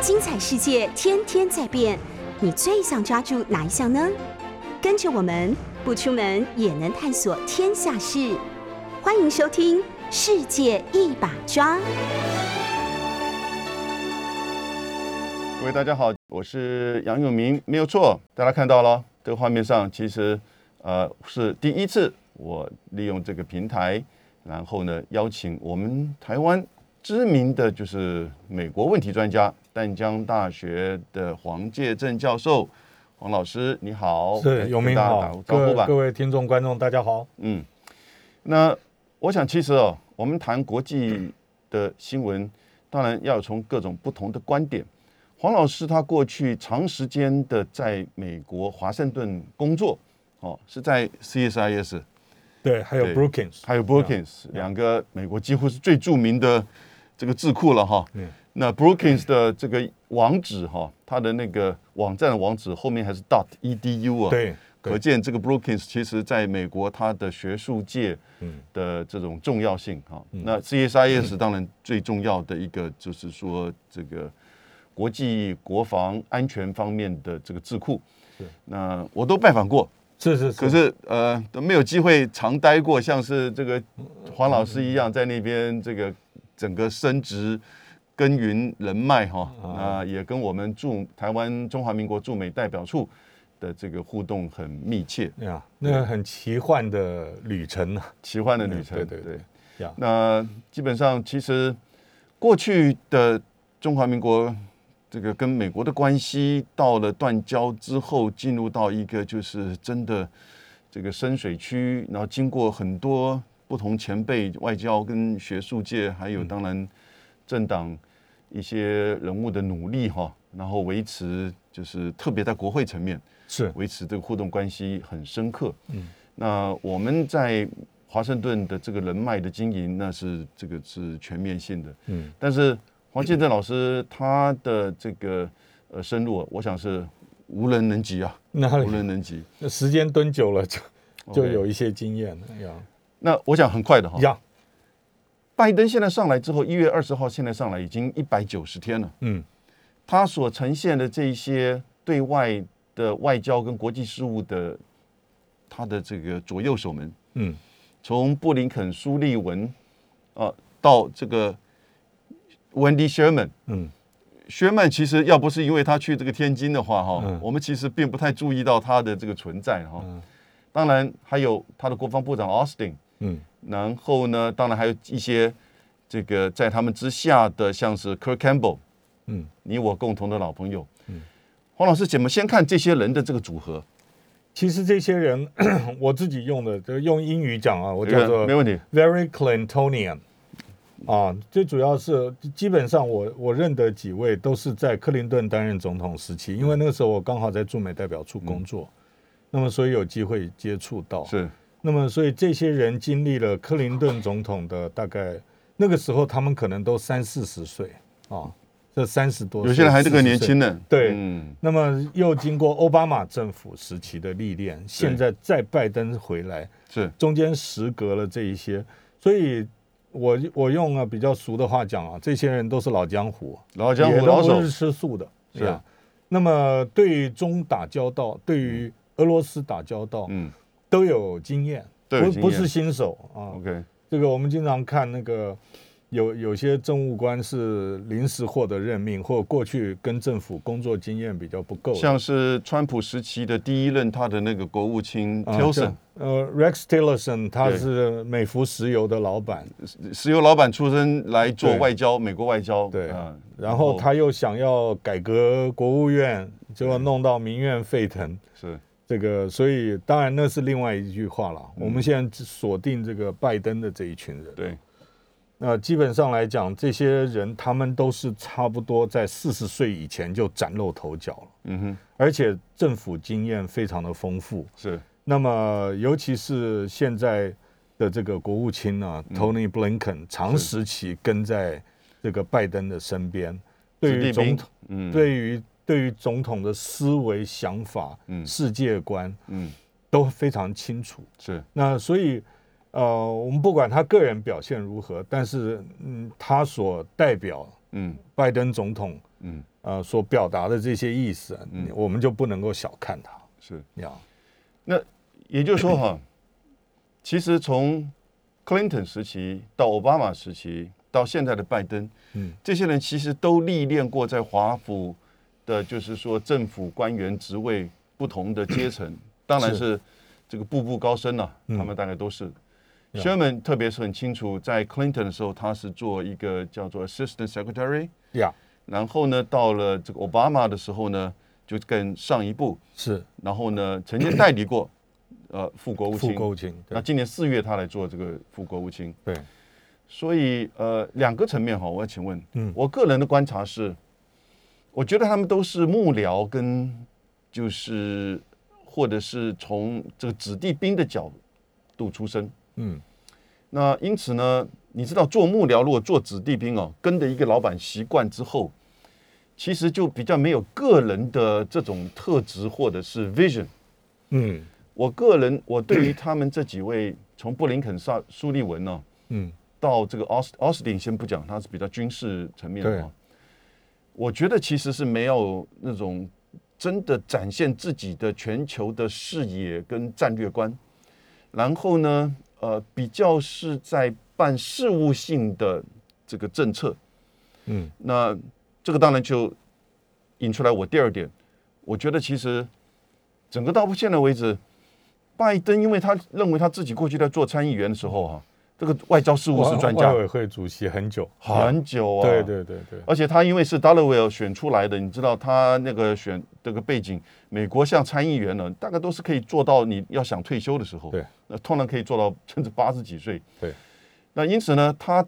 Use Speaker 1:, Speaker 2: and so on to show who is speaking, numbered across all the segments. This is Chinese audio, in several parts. Speaker 1: 精彩世界天天在变，你最想抓住哪一项呢？跟着我们不出门也能探索天下事，欢迎收听《世界一把抓》。
Speaker 2: 各位大家好，我是杨永明，没有错，大家看到了这个画面上，其实呃是第一次我利用这个平台，然后呢邀请我们台湾知名的就是美国问题专家，淡江大学的黄介正教授，黄老师你好，哎
Speaker 3: 是永
Speaker 2: 跟
Speaker 3: 明
Speaker 2: 大家
Speaker 3: 好，
Speaker 2: 打个
Speaker 3: 各
Speaker 2: 招呼
Speaker 3: 位
Speaker 2: 吧
Speaker 3: 各，位听众观众大家好，
Speaker 2: 嗯，那我想其实哦，我们谈国际的新闻，当然要从各种不同的观点。黄老师他过去长时间的在美国华盛顿工作，哦，是在 CSIS
Speaker 3: 对，还有
Speaker 2: 对
Speaker 3: Brookings，
Speaker 2: 还有 Brookings 两个美国几乎是最著名的这个智库了哈。
Speaker 3: 嗯
Speaker 2: 那 Brookings 的这个网址哈，它的那个网站的网址后面还是 dot edu 啊。
Speaker 3: 对，
Speaker 2: 可见这个 Brookings 其实在美国它的学术界的这种重要性哈、那 CSIS 当然最重要的一个就是说这个国际国防安全方面的这个智库，那我都拜访过，
Speaker 3: 是是
Speaker 2: 可
Speaker 3: 是，
Speaker 2: 是呃都没有机会常待过，像是这个黄老师一样在那边这个整个升职。耕耘人脉哈，
Speaker 3: 嗯
Speaker 2: 那也跟我们驻台湾中华民国驻美代表处的这个互动很密切。
Speaker 3: 呀，那很奇幻的旅程啊，
Speaker 2: 奇幻的旅程。
Speaker 3: 嗯对对对呀
Speaker 2: 那基本上其实过去的中华民国这个跟美国的关系到了断交之后，进入到一个就是真的这个深水区，然后经过很多不同前辈、外交跟学术界，还
Speaker 3: 嗯
Speaker 2: 有当然政党一些人物的努力哈，然后维持就是特别在国会层面。
Speaker 3: 是
Speaker 2: 维持这个互动关系很深刻。嗯，那我们在华盛顿的这个人脉的经营，那是这个是全面性的。
Speaker 3: 嗯，
Speaker 2: 但是黄建正老师他的这个呃深入，我想是无人能及啊，
Speaker 3: 那
Speaker 2: 无人能及。
Speaker 3: 那时间蹲久了就就
Speaker 2: OK
Speaker 3: 有一些经验了呀
Speaker 2: 那我想很快的哈，
Speaker 3: 呀，
Speaker 2: 拜登现在上来之后，一月二十号现在上来已经一百九十天了。
Speaker 3: 嗯，
Speaker 2: 他所呈现的这一些对外的外交跟国际事务的他的这个左右手们，
Speaker 3: 嗯，
Speaker 2: 从布林肯、苏利文啊、呃到这个 Wendy Sherman，
Speaker 3: 嗯，
Speaker 2: 薛曼其实要不是因为他去这个天津的话哈、
Speaker 3: 嗯
Speaker 2: 我们其实并不太注意到他的这个存在哈、当然还有他的国防部长 Austin，
Speaker 3: 嗯，
Speaker 2: 然后呢，当然还有一些这个在他们之下的，像是 Kirk Campbell，
Speaker 3: 嗯，
Speaker 2: 你我共同的老朋友，嗯，黄老师怎么先看这些人的这个组合？
Speaker 3: 其实这些人 我自己用的，就用英语讲啊，我
Speaker 2: 我
Speaker 3: 叫做
Speaker 2: 呃没问题，
Speaker 3: very Clintonian 啊，最主要是基本上我我认得几位都是在克林顿担任总统时期，因为那个时候我刚好在驻美代表处工作，那么所以有机会接触到。
Speaker 2: 嗯是
Speaker 3: 那么所以这些人经历了克林顿总统的大概那个时候，他们可能都三四十岁啊，这三十多岁，
Speaker 2: 有些人还是个年
Speaker 3: 40岁
Speaker 2: 轻人，
Speaker 3: 对
Speaker 2: 嗯，
Speaker 3: 那么又经过奥巴马政府时期的历练，现在再拜登回来，
Speaker 2: 是
Speaker 3: 中间时隔了这一些，所以我我用啊比较俗的话讲啊，这些人都是老江湖，
Speaker 2: 老江
Speaker 3: 也
Speaker 2: 湖
Speaker 3: 都
Speaker 2: 老手
Speaker 3: 不是，吃素的，
Speaker 2: 是
Speaker 3: 对吧那么对中打交道，对于俄罗斯打交道、
Speaker 2: 嗯
Speaker 3: 都有经验，
Speaker 2: 都有
Speaker 3: 不
Speaker 2: 经验嗯
Speaker 3: 不是新手啊。
Speaker 2: ，OK，
Speaker 3: 这个我们经常看那个。有有些政务官是临时获得任命，或过去跟政府工作经验比较不够的，
Speaker 2: 像是川普时期的第一任他的那个国务卿
Speaker 3: 啊
Speaker 2: Tillerson，、
Speaker 3: 这呃，Rex Tillerson，他
Speaker 2: 对
Speaker 3: 是美孚石油的老板，
Speaker 2: 石油老板出身来做
Speaker 3: 对
Speaker 2: 外交，美国外交，
Speaker 3: 对
Speaker 2: 啊
Speaker 3: 然后他又想要改革国务院，结果弄到民怨沸腾。
Speaker 2: 是
Speaker 3: 这个，所以当然那是另外一句话了。
Speaker 2: 嗯
Speaker 3: 我们现在只锁定这个拜登的这一群人，
Speaker 2: 对
Speaker 3: 那基本上来讲，这些人他们都是差不多在四十岁以前就崭露头角了，
Speaker 2: 嗯哼
Speaker 3: 而且政府经验非常的丰富。
Speaker 2: 是
Speaker 3: 那么，尤其是现在的这个国务卿呢、Tony
Speaker 2: 嗯
Speaker 3: Blinken 长时期跟在这个拜登的身边，对于
Speaker 2: 子弟兵
Speaker 3: 总统，
Speaker 2: 嗯
Speaker 3: 对于对于总统的思维、想法、
Speaker 2: 嗯
Speaker 3: 世界观
Speaker 2: 嗯
Speaker 3: 都非常清楚。
Speaker 2: 是
Speaker 3: 那所以，呃，我们不管他个人表现如何，但是，嗯，他所代表
Speaker 2: 嗯
Speaker 3: 拜登总统嗯，呃，所表达的这些意思，
Speaker 2: 嗯
Speaker 3: 我们就不能够小看它。
Speaker 2: 是。
Speaker 3: 呀，
Speaker 2: 那也就是说哈，其实从 Clinton 时期到奥巴马时期到现在的拜登，
Speaker 3: 嗯，
Speaker 2: 这些人其实都历练过在华府的，就是说政府官员职位不同的阶层，当然是这个步步高升了、他们大概都是。Sherman 特别是很清楚，在 Clinton 的时候，他是做一个叫做 Assistant Secretary，
Speaker 3: 呀，
Speaker 2: 然后呢，到了这个奥巴马的时候呢，就更上一步，
Speaker 3: 是
Speaker 2: 然后呢，曾经代理过呃副国务
Speaker 3: 复
Speaker 2: 卿。
Speaker 3: 勾情，
Speaker 2: 那
Speaker 3: 对
Speaker 2: 今年四月他来做这个副国务卿，
Speaker 3: 对，
Speaker 2: 所以呃两个层面哈，我要请问，
Speaker 3: 嗯
Speaker 2: 我个人的观察是，我觉得他们都是幕僚跟就是或者是从这个子弟兵的角度出身，
Speaker 3: 嗯，
Speaker 2: 那因此呢，你知道做幕僚如果做子弟兵哦，跟着一个老板习惯之后，其实就比较没有个人的这种特质或者是 vision。
Speaker 3: 嗯
Speaker 2: 我个人，我对于他们这几位，从布林肯、萨苏利文呢、
Speaker 3: 嗯，
Speaker 2: 到这个奥斯奥斯汀，先不讲，他是比较军事层面
Speaker 3: 对
Speaker 2: 的、啊。我觉得其实是没有那种真的展现自己的全球的视野跟战略观，然后呢，呃，比较是在办事务性的这个政策。
Speaker 3: 嗯，
Speaker 2: 那这个当然就引出来我第二点，我觉得其实整个到现在为止，拜登因为他认为他自己过去在做参议员的时候哈、这个外交事务是专家
Speaker 3: 外，委会主席很久，
Speaker 2: 很久啊，
Speaker 3: 哦对。对对对，
Speaker 2: 而且他因为是 d a l l a w a r e 选出来的，你知道他那个选这个背景，美国像参议员呢，大概都是可以做到你要想退休的时候，
Speaker 3: 对，
Speaker 2: 那通常可以做到甚至八十几岁，
Speaker 3: 对。
Speaker 2: 那因此呢，他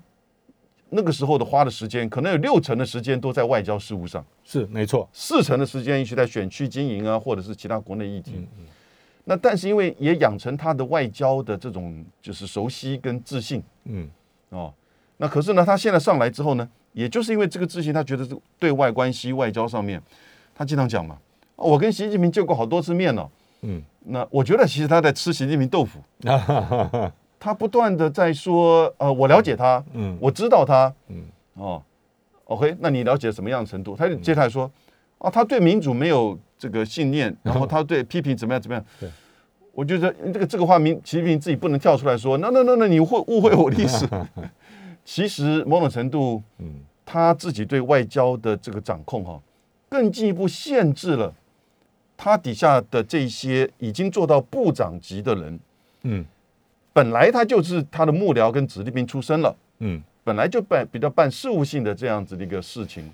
Speaker 2: 那个时候的花的时间，可能有六成的时间都在外交事务上，
Speaker 3: 是没错，
Speaker 2: 四成的时间也许在选区经营啊，或者是其他国内议题。那但是因为也养成他的外交的这种就是熟悉跟自信，
Speaker 3: 嗯，
Speaker 2: 哦，那可是呢，他现在上来之后呢，也就是因为这个自信，他觉得这个对外关系、外交上面，他经常讲嘛，哦我跟习近平见过好多次面了、哦
Speaker 3: 嗯，
Speaker 2: 那我觉得其实他在吃习近平豆腐，
Speaker 3: 哈哈哈，
Speaker 2: 他不断的在说，呃，我了解他，
Speaker 3: 嗯
Speaker 2: 我知道他，
Speaker 3: 嗯，
Speaker 2: 哦，OK，那你了解什么样的程度？他就接下来说，
Speaker 3: 嗯
Speaker 2: 啊，他对民主没有这个信 念，然后他对批评怎么样怎么样。
Speaker 3: 对，
Speaker 2: 我觉得这个这个话，民习近平自己不能跳出来说，那那那那你会误会我的意 思。其实某种程度，
Speaker 3: 嗯，
Speaker 2: 他自己对外交的这个掌控哈、更进一步限制了他底下的这些已经做到部长级的人，
Speaker 3: 嗯
Speaker 2: 本来他就是他的幕僚跟子弟兵出身了。
Speaker 3: 嗯，
Speaker 2: 本来就办比较办事务性的这样子的一个事情，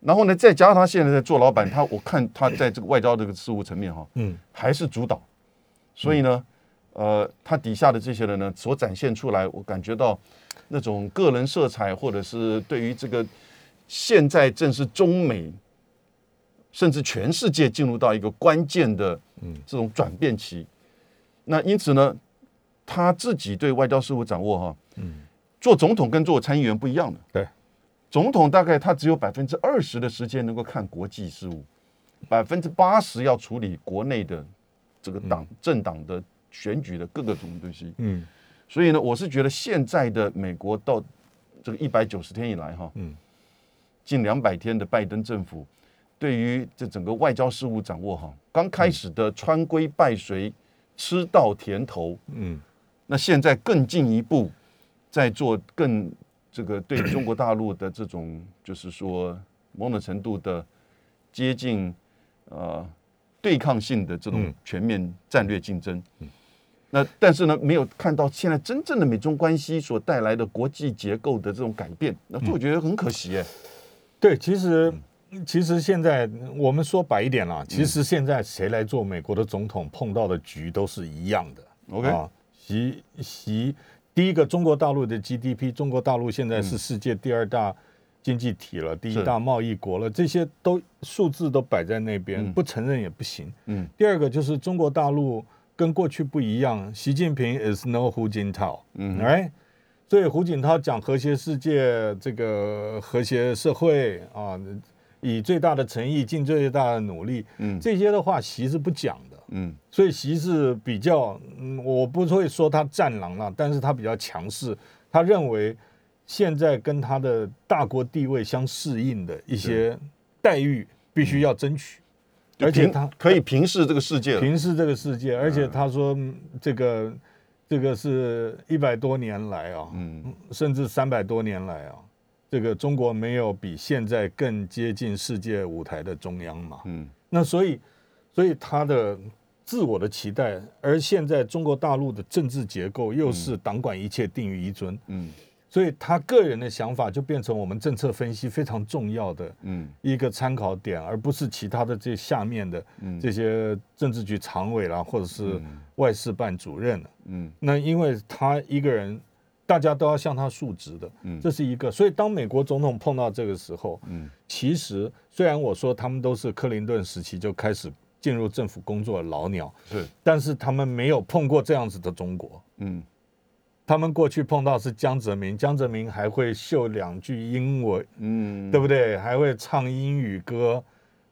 Speaker 2: 然后呢，再加上他现在在做老板，他我看他在这个外交这个事务层面哈，
Speaker 3: 嗯，
Speaker 2: 还是主导，所以呢，呃，他底下的这些人呢，所展现出来，我感觉到那种个人色彩，或者是对于这个现在正是中美，甚至全世界进入到一个关键的这种转变期，那因此呢，他自己对外交事务掌握哈、做总统跟做参议员不一样的。
Speaker 3: 对，
Speaker 2: 总统大概他只有百分之二十的时间能够看国际事务，百分之八十要处理国内的这个党、政党的选举的各个种东西。
Speaker 3: 嗯，
Speaker 2: 所以呢，我是觉得现在的美国到这个一百九十天以来哈，
Speaker 3: 嗯，
Speaker 2: 近两百天的拜登政府对于这整个外交事务掌握哈，刚开始的穿规拜随、吃到甜头，
Speaker 3: 嗯，
Speaker 2: 那现在更进一步在做更这个对中国大陆的这种，就是说某种程度的接近呃对抗性的这种
Speaker 3: 嗯
Speaker 2: 全面战略竞争。那但是呢，没有看到现在真正的美中关系所带来的国际结构的这种改变，那这我觉得很可惜哎。
Speaker 3: 对，其实其实现在我们说白一点啦，其实现在谁来做美国的总统，碰到的局都是一样的。
Speaker 2: OK，
Speaker 3: 啊，习习第一个中国大陆的 GDP，中国大陆现在是世界第二大经济体了，第一
Speaker 2: 是
Speaker 3: 大贸易国了，这些都数字都摆在那边，
Speaker 2: 嗯
Speaker 3: 不承认也不行。
Speaker 2: 嗯，
Speaker 3: 第二个就是中国大陆跟过去不一样，习近平 is no 胡锦涛，
Speaker 2: 嗯
Speaker 3: ，right。所以胡锦涛讲和谐世界，这个和谐社会啊，以最大的诚意，尽最大的努力，
Speaker 2: 嗯
Speaker 3: 这些的话习是不讲的，
Speaker 2: 嗯
Speaker 3: 所以习是比较，嗯，我不会说他战狼了，但是他比较强势。他认为现在跟他的大国地位相适应的一些待遇，必须要争取。
Speaker 2: 嗯就
Speaker 3: 而且
Speaker 2: 平
Speaker 3: 他
Speaker 2: 可以平视这个世界了，
Speaker 3: 平视这个世界，而且他说嗯这个这个是一百多年来啊，
Speaker 2: 嗯，
Speaker 3: 甚至三百多年来啊，这个中国没有比现在更接近世界舞台的中央嘛。
Speaker 2: 嗯
Speaker 3: 那所以，所以他的自我的期待，而现在中国大陆的政治结构又是党管一切，定于一尊，
Speaker 2: 嗯
Speaker 3: 所以他个人的想法就变成我们政策分析非常重要的
Speaker 2: 嗯
Speaker 3: 一个参考点，而不是其他的这下面的
Speaker 2: 嗯
Speaker 3: 这些政治局常委啦，或者是
Speaker 2: 嗯
Speaker 3: 外事办主任。啊
Speaker 2: 嗯
Speaker 3: 那因为他一个人，大家都要向他述职的，
Speaker 2: 嗯
Speaker 3: 这是一个。所以当美国总统碰到这个时候，
Speaker 2: 嗯
Speaker 3: 其实虽然我说他们都是克林顿时期就开始进入政府工作的老鸟，
Speaker 2: 是
Speaker 3: 但是他们没有碰过这样子的中国。
Speaker 2: 嗯
Speaker 3: 他们过去碰到是江泽民，江泽民还会秀两句英文，
Speaker 2: 嗯
Speaker 3: 对不对？还会唱英语歌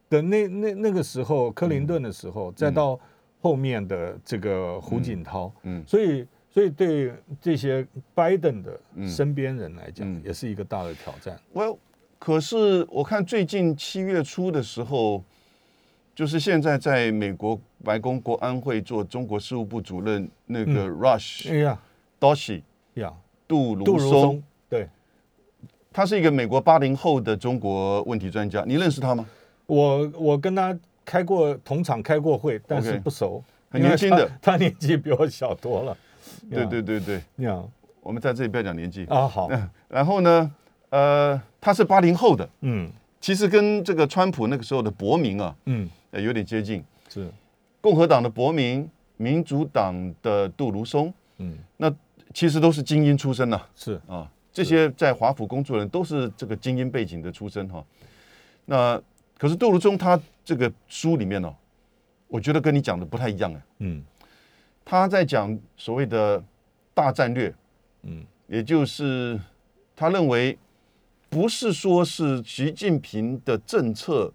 Speaker 3: 的那那那个时候，克林顿的时
Speaker 2: 嗯
Speaker 3: 候，再到后面的这个胡锦涛，
Speaker 2: 嗯
Speaker 3: 所以所以对这些拜登的
Speaker 2: 嗯
Speaker 3: 身边人来讲，
Speaker 2: 嗯
Speaker 3: 也是一个大的挑战。
Speaker 2: 我可是我看最近七月初的时候，就是现在在美国白宫国安会做中国事务部主任那个 Rush、
Speaker 3: 哎呀
Speaker 2: Doshi
Speaker 3: 呀，
Speaker 2: 杜
Speaker 3: 杜
Speaker 2: 如
Speaker 3: 如
Speaker 2: 松
Speaker 3: 松，，对
Speaker 2: 他是一个美国八零后的中国问题专家，你认识他吗？
Speaker 3: 我我跟他开过同场开过会，但是
Speaker 2: OK
Speaker 3: 不熟，
Speaker 2: 很年轻的
Speaker 3: 因为他，他 年纪比我小多了。
Speaker 2: 对对对对，
Speaker 3: 呀，
Speaker 2: 我们在这里不要讲年纪。
Speaker 3: 啊好，
Speaker 2: 然后呢，呃，他是八零后的，
Speaker 3: 嗯
Speaker 2: 其实跟这个川普那个时候的伯明啊，
Speaker 3: 嗯
Speaker 2: 呃有点接近。
Speaker 3: 是
Speaker 2: 共和党的伯明，民主党的杜如松，
Speaker 3: 嗯
Speaker 2: 其实都是精英出身呐、
Speaker 3: 是
Speaker 2: 啊，这些在华府工作的人都是这个精英背景的出身哈、那可是杜如中他这个书里面呢、哦我觉得跟你讲的不太一样哎。
Speaker 3: 嗯
Speaker 2: 他在讲所谓的大战略，
Speaker 3: 嗯，
Speaker 2: 也就是他认为不是说是习近平的政策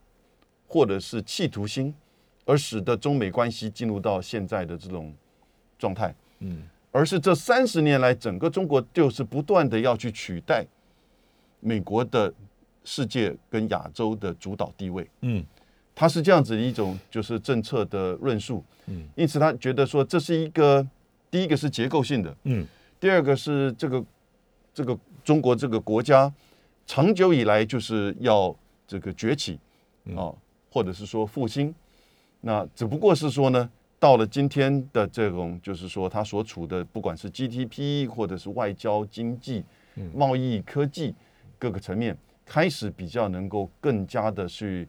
Speaker 2: 或者是企图心，而使得中美关系进入到现在的这种状态。
Speaker 3: 嗯。
Speaker 2: 而是这三十年来，整个中国就是不断的要去取代美国的世界跟亚洲的主导地位。
Speaker 3: 嗯
Speaker 2: 他是这样子一种就是政策的论述，
Speaker 3: 嗯，
Speaker 2: 因此他觉得说这是一个第一个是结构性的，
Speaker 3: 嗯
Speaker 2: 第二个是这个这个中国这个国家长久以来就是要这个崛起啊，或者是说复兴。那只不过是说呢，到了今天的这种，就是说它所处的，不管是 GDP 或者是外交、经济、贸易、科技各个层面，开始比较能够更加的去，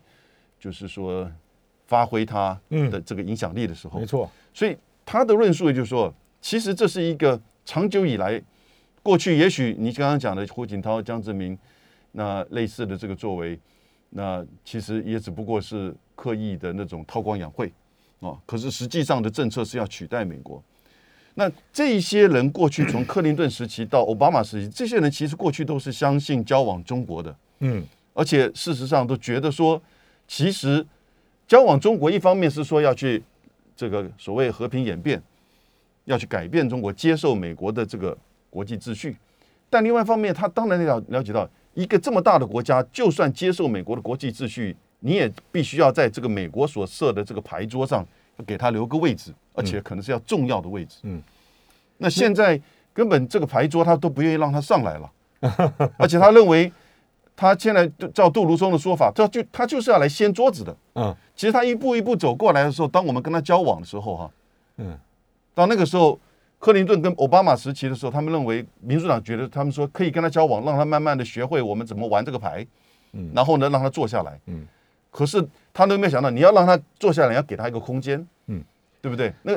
Speaker 2: 就是说发挥它
Speaker 3: 嗯
Speaker 2: 的这个影响力的时候
Speaker 3: 没，错，
Speaker 2: 所以他的论述也就是说，其实这是一个长久以来，过去也许你刚刚讲的胡锦涛、江泽民，那类似的这个作为，那其实也只不过是刻意的那种韬光养晦啊。可是实际上的政策是要取代美国。那这一些人过去从克林顿时期到奥巴马时期，这些人其实过去都是相信交往中国的，
Speaker 3: 嗯
Speaker 2: 而且事实上都觉得说，其实交往中国一方面是说要去这个所谓和平演变，要去改变中国，接受美国的这个国际秩序，但另外一方面，他当然了了解到，一个这么大的国家，就算接受美国的国际秩序，你也必须要在这个美国所设的这个牌桌上给他留个位置，而且可能是要重要的位置。
Speaker 3: 嗯，
Speaker 2: 那现在根本这个牌桌他都不愿意让他上来了，而且他认为。他现在照杜如松的说法，他就他就是要来掀桌子的。
Speaker 3: 嗯
Speaker 2: 其实他一步一步走过来的时候，当我们跟他交往的时候、哈，
Speaker 3: 嗯
Speaker 2: 到那个时候，克林顿跟奥巴马时期的时候，他们认为民主党觉得他们说可以跟他交往，让他慢慢的学会我们怎么玩这个牌，
Speaker 3: 嗯
Speaker 2: 然后呢让他坐下来，
Speaker 3: 嗯，
Speaker 2: 可是他都没有想到，你要让他坐下来，要给他一个空间，
Speaker 3: 嗯，
Speaker 2: 对不对？那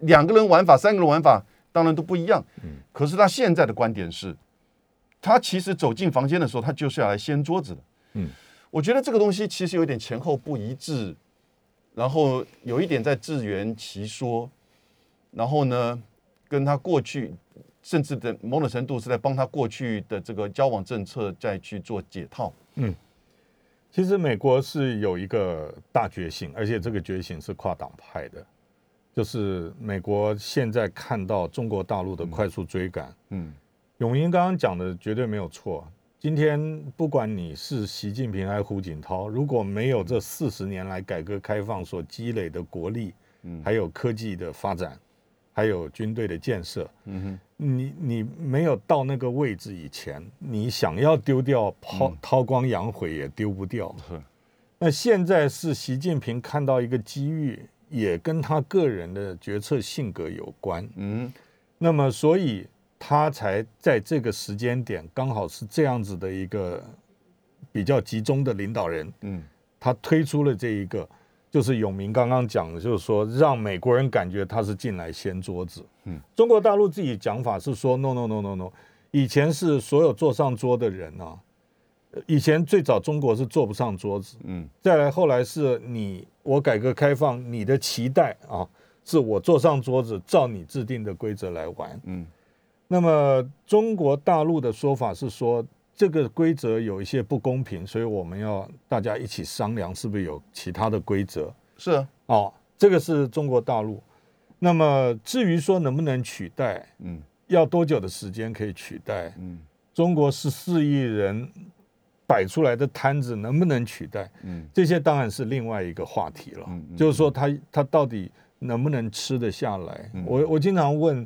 Speaker 2: 两个人玩法，三个人玩法当然都不一样，嗯，可是他现在的观点是，他其实走进房间的时候，他就是要来掀桌子的，
Speaker 3: 嗯，
Speaker 2: 我觉得这个东西其实有点前后不一致，然后有一点在自圆其说，然后呢，跟他过去甚至的某种程度是在帮他过去的这个交往政策再去做解套。
Speaker 3: 其实美国是有一个大觉醒，而且这个觉醒是跨党派的，就是美国现在看到中国大陆的快速追赶，
Speaker 2: 嗯
Speaker 3: 永英刚刚讲的绝对没有错。今天不管你是习近平还是胡锦涛，如果没有这四十年来改革开放所积累的国力，
Speaker 2: 嗯
Speaker 3: 还有科技的发展，还有军队的建设，
Speaker 2: 嗯哼，
Speaker 3: 你你没有到那个位置以前，你想要丢掉抛韬光养晦也丢不掉。
Speaker 2: 嗯是
Speaker 3: 那现在是习近平看到一个机遇，也跟他个人的决策性格有关。
Speaker 2: 嗯
Speaker 3: 那么，所以他才在这个时间点，刚好是这样子的一个比较集中的领导人，
Speaker 2: 嗯
Speaker 3: 他推出了这一个，就是永明刚刚讲的，就是说让美国人感觉他是进来掀桌子。
Speaker 2: 嗯，
Speaker 3: 中国大陆自己讲法是说，no no no no no，以前是所有坐上桌的人啊，呃以前最早中国是坐不上桌子，
Speaker 2: 嗯
Speaker 3: 再来后来是你我改革开放，你的期待啊，是我坐上桌子，照你制定的规则来玩。
Speaker 2: 嗯
Speaker 3: 那么中国大陆的说法是说，这个规则有一些不公平，所以我们要大家一起商量，是不是有其他的规则？
Speaker 2: 是啊，
Speaker 3: 哦，这个是中国大陆。那么至于说能不能取代，
Speaker 2: 嗯
Speaker 3: 要多久的时间可以取代？
Speaker 2: 嗯
Speaker 3: 中国十四亿人摆出来的摊子能不能取代？
Speaker 2: 嗯
Speaker 3: 这些当然是另外一个话题了。
Speaker 2: 嗯嗯
Speaker 3: 就是说他他到底能不能吃得下来？
Speaker 2: 嗯
Speaker 3: 我我经常问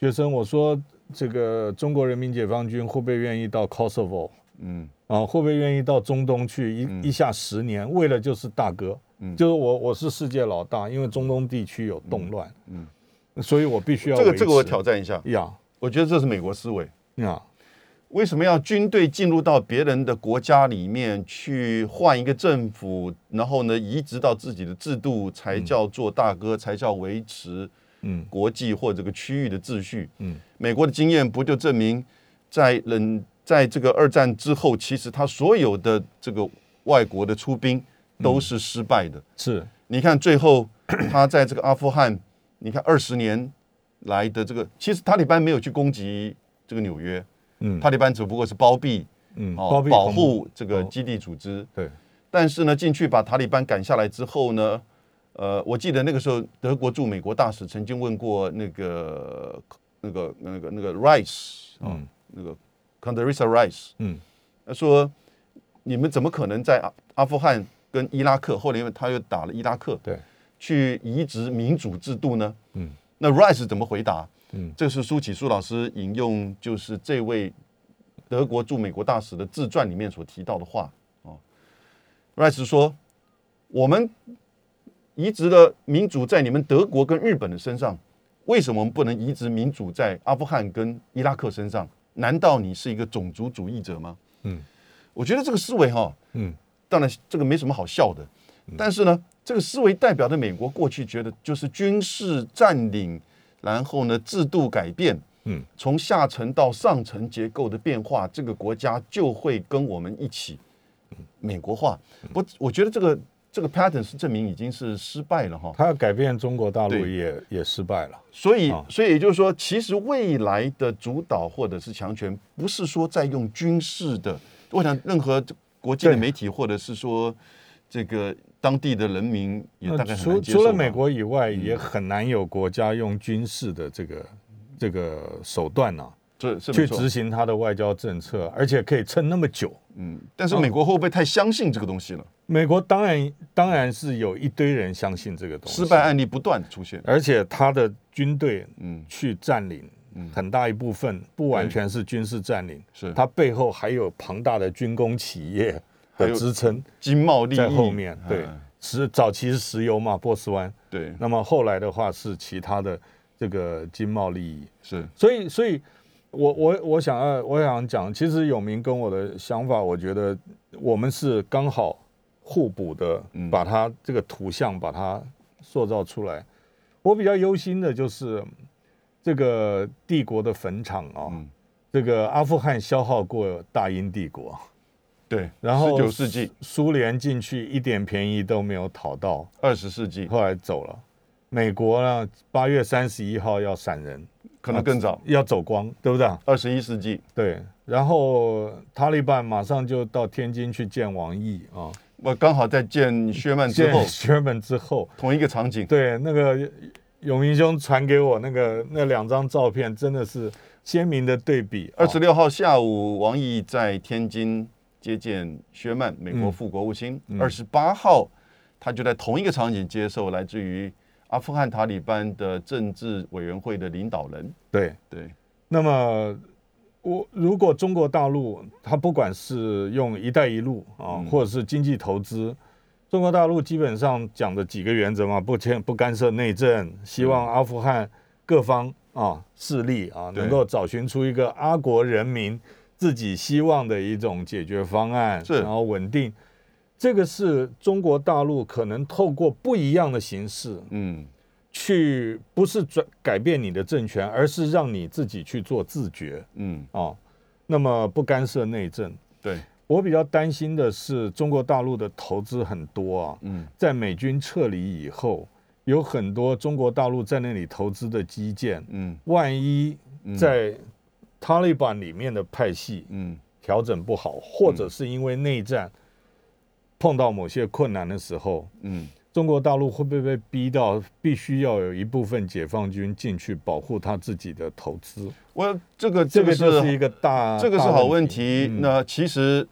Speaker 3: 学生，我说这个中国人民解放军会不会愿意到 Kosovo
Speaker 2: 嗯
Speaker 3: 啊？会不会愿意到中东去一、
Speaker 2: 嗯
Speaker 3: 一下十年？为了就是大哥，
Speaker 2: 嗯
Speaker 3: 就是我我是世界老大，因为中东地区有动乱，
Speaker 2: 嗯，
Speaker 3: 所以我必须要
Speaker 2: 这个
Speaker 3: 维
Speaker 2: 这个我
Speaker 3: 持
Speaker 2: 挑战一下，
Speaker 3: 呀
Speaker 2: 我觉得这是美国思维。
Speaker 3: 呀，
Speaker 2: 为什么要军队进入到别人的国家里面去换一个政府，然后呢移植到自己的制度，才叫做大哥，才叫维持
Speaker 3: 嗯
Speaker 2: 国际或这个区域的秩序？
Speaker 3: 嗯，
Speaker 2: 美国的经验不就证明，在冷在这个二战之后，其实他所有的这个外国的出兵都是失败的。
Speaker 3: 是
Speaker 2: 你看最后他在这个阿富汗，你看二十年来的这个，其实塔利班没有去攻击这个纽约，
Speaker 3: 嗯
Speaker 2: 塔利班只不过是包庇。
Speaker 3: 嗯
Speaker 2: 哦，
Speaker 3: 包庇
Speaker 2: 保
Speaker 3: 恐
Speaker 2: 护这个
Speaker 3: 哦
Speaker 2: 基地组织。
Speaker 3: 对
Speaker 2: 但是呢，进去把塔利班赶下来之后呢，呃，我记得那个时候德国驻美国大使曾经问过那个那个那个那个 Rice 啊、
Speaker 3: 嗯
Speaker 2: 那个 Condoleezza Rice，
Speaker 3: 嗯
Speaker 2: 他说你们怎么可能在阿阿富汗跟伊拉克，后来因为他又打了伊拉克，
Speaker 3: 对
Speaker 2: 去移植民主制度呢？
Speaker 3: 嗯，
Speaker 2: 那 Rice 怎么回答？
Speaker 3: 嗯，
Speaker 2: 这是苏启苏老师引用就是这位德国驻美国大使的自传里面所提到的话哦。Rice 说：“我们移植了民主在你们德国跟日本的身上，为什么我们不能移植民主在阿富汗跟伊拉克身上？难道你是一个种族主义者吗？”
Speaker 3: 嗯，
Speaker 2: 我觉得这个思维哈、
Speaker 3: 嗯
Speaker 2: 当然这个没什么好笑的，但是呢，这个思维代表着美国过去觉得就是军事占领，然后呢制度改变，
Speaker 3: 嗯，
Speaker 2: 从下层到上层结构的变化，这个国家就会跟我们一起
Speaker 3: 嗯
Speaker 2: 美国化。不，我觉得这个这个 pattern 是证明已经是失败了哈。
Speaker 3: 他要改变中国大陆
Speaker 2: 对
Speaker 3: 也也失败了。
Speaker 2: 所以
Speaker 3: 啊，
Speaker 2: 所以也就是说，其实未来的主导或者是强权，不是说在用军事的。我想，任何国际的
Speaker 3: 对
Speaker 2: 媒体或者是说这个当地的人民也
Speaker 3: 那
Speaker 2: 大概很
Speaker 3: 除
Speaker 2: 难接受
Speaker 3: 除
Speaker 2: 吧。嗯
Speaker 3: 了美国以外，也很难有国家用军事的这个这个手段呢、
Speaker 2: 这是没
Speaker 3: 去
Speaker 2: 错
Speaker 3: 执行它的外交政策，而且可以撑那么久。
Speaker 2: 嗯，但是美国会不会太相信这个东西了？
Speaker 3: 美国当然当然是有一堆人相信这个东西，
Speaker 2: 失败，案例不断地出现。
Speaker 3: 而且他的军队
Speaker 2: 嗯，
Speaker 3: 去占领很大一部分，不完全是军事占领，
Speaker 2: 是
Speaker 3: 它背后还有庞大的军工企业
Speaker 2: 还
Speaker 3: 的
Speaker 2: 有
Speaker 3: 支撑
Speaker 2: 经贸利益
Speaker 3: 在后面。对
Speaker 2: 嗯，
Speaker 3: 石早期是石油嘛，波斯湾，
Speaker 2: 对，
Speaker 3: 那么后来的话是其他的这个经贸利益，
Speaker 2: 是
Speaker 3: 所以，所以我我我想要我想讲，其实永明跟我的想法，我觉得我们是刚好互补的，
Speaker 2: 嗯
Speaker 3: 把它这个图像把它塑造出来。我比较忧心的就是这个帝国的坟场啊、
Speaker 2: 嗯
Speaker 3: 这个阿富汗消耗过大英帝国，
Speaker 2: 对。
Speaker 3: 然后
Speaker 2: 十九世纪、
Speaker 3: 苏联进去一点便宜都没有讨到，
Speaker 2: 二十世纪，
Speaker 3: 后来走了。美国呢，八月三十一号要闪人，
Speaker 2: 可能更早，
Speaker 3: 要走光，对不对？
Speaker 2: 二十一世纪。
Speaker 3: 对，然后塔利班马上就到天津去见王毅啊，
Speaker 2: 我刚好在见薛曼之
Speaker 3: 见
Speaker 2: 后，
Speaker 3: Sherman 之后，
Speaker 2: 同一个场景。
Speaker 3: 对那个永明兄传给我那个那两张照片，真的是鲜明的对比。
Speaker 2: 二十
Speaker 3: 哦
Speaker 2: 六号下午，王毅在天津接见薛曼，美国副国务卿
Speaker 3: 嗯。
Speaker 2: 二十八号，他就在同一个场景接受来自于阿富汗塔利班的政治委员会的领导人。
Speaker 3: 对，
Speaker 2: 对，
Speaker 3: 那么我如果中国大陆它不管是用“一带一路”啊，
Speaker 2: 嗯
Speaker 3: 或者是经济投资，中国大陆基本上讲的几个原则嘛，不牵不干涉内政，希望阿富汗各方啊势力啊
Speaker 2: 嗯对
Speaker 3: 能够找寻出一个阿国人民自己希望的一种解决方案，
Speaker 2: 是
Speaker 3: 然后稳定。这个是中国大陆可能透过不一样的形式，
Speaker 2: 嗯，
Speaker 3: 去不是转改变你的政权，而是让你自己去做自觉
Speaker 2: 嗯，
Speaker 3: 哦。那么不干涉内政，
Speaker 2: 对，
Speaker 3: 我比较担心的是中国大陆的投资很多啊，
Speaker 2: 嗯，
Speaker 3: 在美军撤离以后，有很多中国大陆在那里投资的基建，
Speaker 2: 嗯，
Speaker 3: 万一在塔利班里面的派系
Speaker 2: 嗯，
Speaker 3: 调整不好，或者是因为内战碰到某些困难的时候，
Speaker 2: 嗯，
Speaker 3: 中国大陆会不会被逼到必须要有一部分解放军进去保护他自己的投资？
Speaker 2: 我这个这
Speaker 3: 这个
Speaker 2: 个
Speaker 3: 就是是一个大，
Speaker 2: 这个是
Speaker 3: 大嗯
Speaker 2: 好问题。那其实，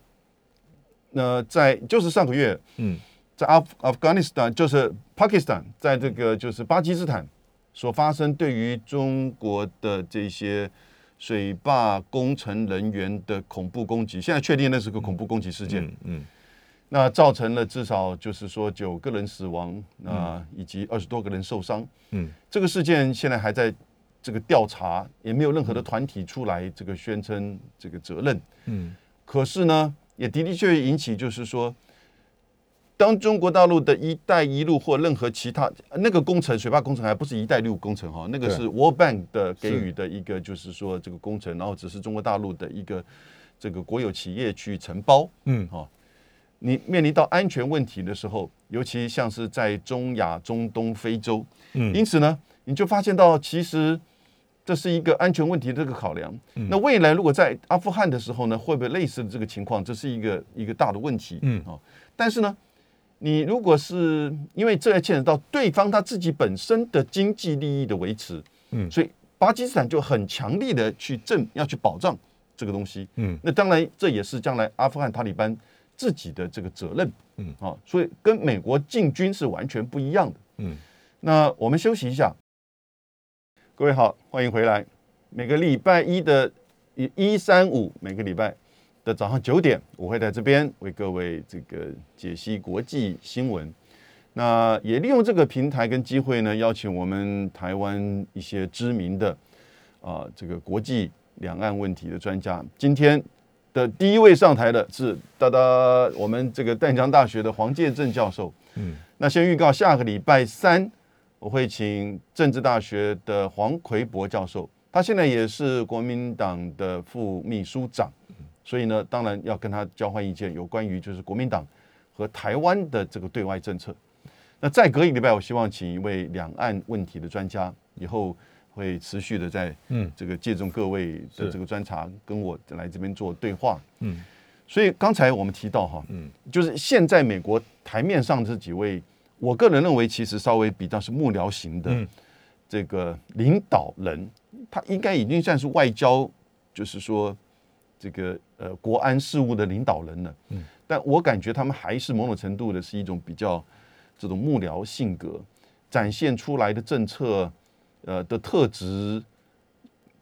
Speaker 2: 那在就是上个月，
Speaker 3: 嗯
Speaker 2: 在阿富 Afghanistan 就是 Pakistan，在这个就是巴基斯坦所发生对于中国的这些水坝工程人员的恐怖攻击，现在确定那是个恐怖攻击事件，
Speaker 3: 嗯嗯
Speaker 2: 那造成了至少就是说九个人死亡啊、以及二十多个人受伤。
Speaker 3: 嗯
Speaker 2: 这个事件现在还在这个调查，也没有任何的团体出来这个宣称这个责任。
Speaker 3: 嗯
Speaker 2: 可是呢，也的的确确引起，就是说，当中国大陆的一带一路或任何其他那个工程，水坝工程还不是一带一路工程哈，那个
Speaker 3: 对
Speaker 2: 是 World Bank 的给
Speaker 3: 是
Speaker 2: 予的一个，就是说这个工程，然后只是中国大陆的一个这个国有企业去承包。
Speaker 3: 嗯
Speaker 2: 你面临到安全问题的时候，尤其像是在中亚、中东、非洲，
Speaker 3: 嗯
Speaker 2: 因此呢，你就发现到其实这是一个安全问题的这个考量。
Speaker 3: 嗯
Speaker 2: 那未来如果在阿富汗的时候呢，会不会类似的这个情况？这是一个一个大的问题。
Speaker 3: 嗯
Speaker 2: 哦，但是呢，你如果是因为这牵扯到对方他自己本身的经济利益的维持，
Speaker 3: 嗯
Speaker 2: 所以巴基斯坦就很强力的去证要去保障这个东西。
Speaker 3: 嗯
Speaker 2: 那当然，这也是将来阿富汗塔利班自己的这个责任。
Speaker 3: 嗯，
Speaker 2: 啊，所以跟美国进军是完全不一样的。
Speaker 3: 嗯，
Speaker 2: 那我们休息一下。各位好，欢迎回来。每个礼拜一的一一三五，每个礼拜的早上九点，我会在这边为各位这个解析国际新闻。那也利用这个平台跟机会呢，邀请我们台湾一些知名的啊、这个国际两岸问题的专家。今天的第一位上台的是哒哒，我们这个淡江大学的黄介正教授。
Speaker 3: 嗯，
Speaker 2: 那先预告下个礼拜三，我会请政治大学的黄奎博教授，他现在也是国民党的副秘书长，所以呢，当然要跟他交换意见，有关于就是国民党和台湾的这个对外政策。那再隔一个礼拜，我希望请一位两岸问题的专家，以后会持续的在
Speaker 3: 嗯
Speaker 2: 这个借重各位的
Speaker 3: 是
Speaker 2: 这个专长跟我来这边做对话。
Speaker 3: 嗯，
Speaker 2: 所以刚才我们提到哈，
Speaker 3: 嗯，
Speaker 2: 就是现在美国台面上这几位，我个人认为其实稍微比较是幕僚型的
Speaker 3: 嗯
Speaker 2: 这个领导人，他应该已经算是外交，就是说这个呃国安事务的领导人了。嗯，但我感觉他们还是某种程度的是一种比较这种幕僚性格展现出来的政策呃的特质，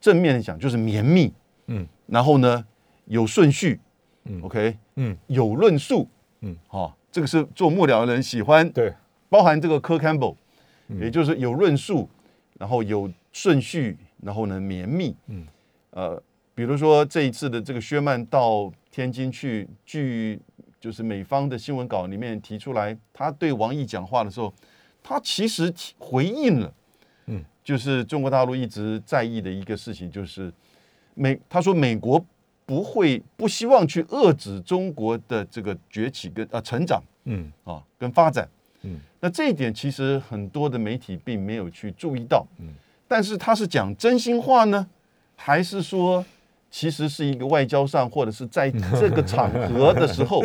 Speaker 2: 正面的讲就是绵密，
Speaker 3: 嗯，
Speaker 2: 然后呢有顺序，
Speaker 3: 嗯
Speaker 2: ，OK，
Speaker 3: 嗯，
Speaker 2: 有论述，
Speaker 3: 嗯，
Speaker 2: 好、这个是做幕僚的人喜欢，
Speaker 3: 对，
Speaker 2: 包含这个 Kirk Campbell，、也
Speaker 3: 嗯
Speaker 2: 就是有论述，然后有顺序，然后呢绵密。
Speaker 3: 嗯，
Speaker 2: 呃，比如说这一次的这个薛曼到天津去，据就是美方的新闻稿里面提出来，他对王毅讲话的时候，他其实提回应了，
Speaker 3: 嗯，
Speaker 2: 就是中国大陆一直在意的一个事情，就是美，他说美国。不会不希望去遏制中国的这个崛起跟呃成长
Speaker 3: 嗯
Speaker 2: 啊跟发展，
Speaker 3: 嗯
Speaker 2: 那这一点其实很多的媒体并没有去注意到，
Speaker 3: 嗯
Speaker 2: 但是他是讲真心话呢，还是说其实是一个外交上或者是在这个场合的时 候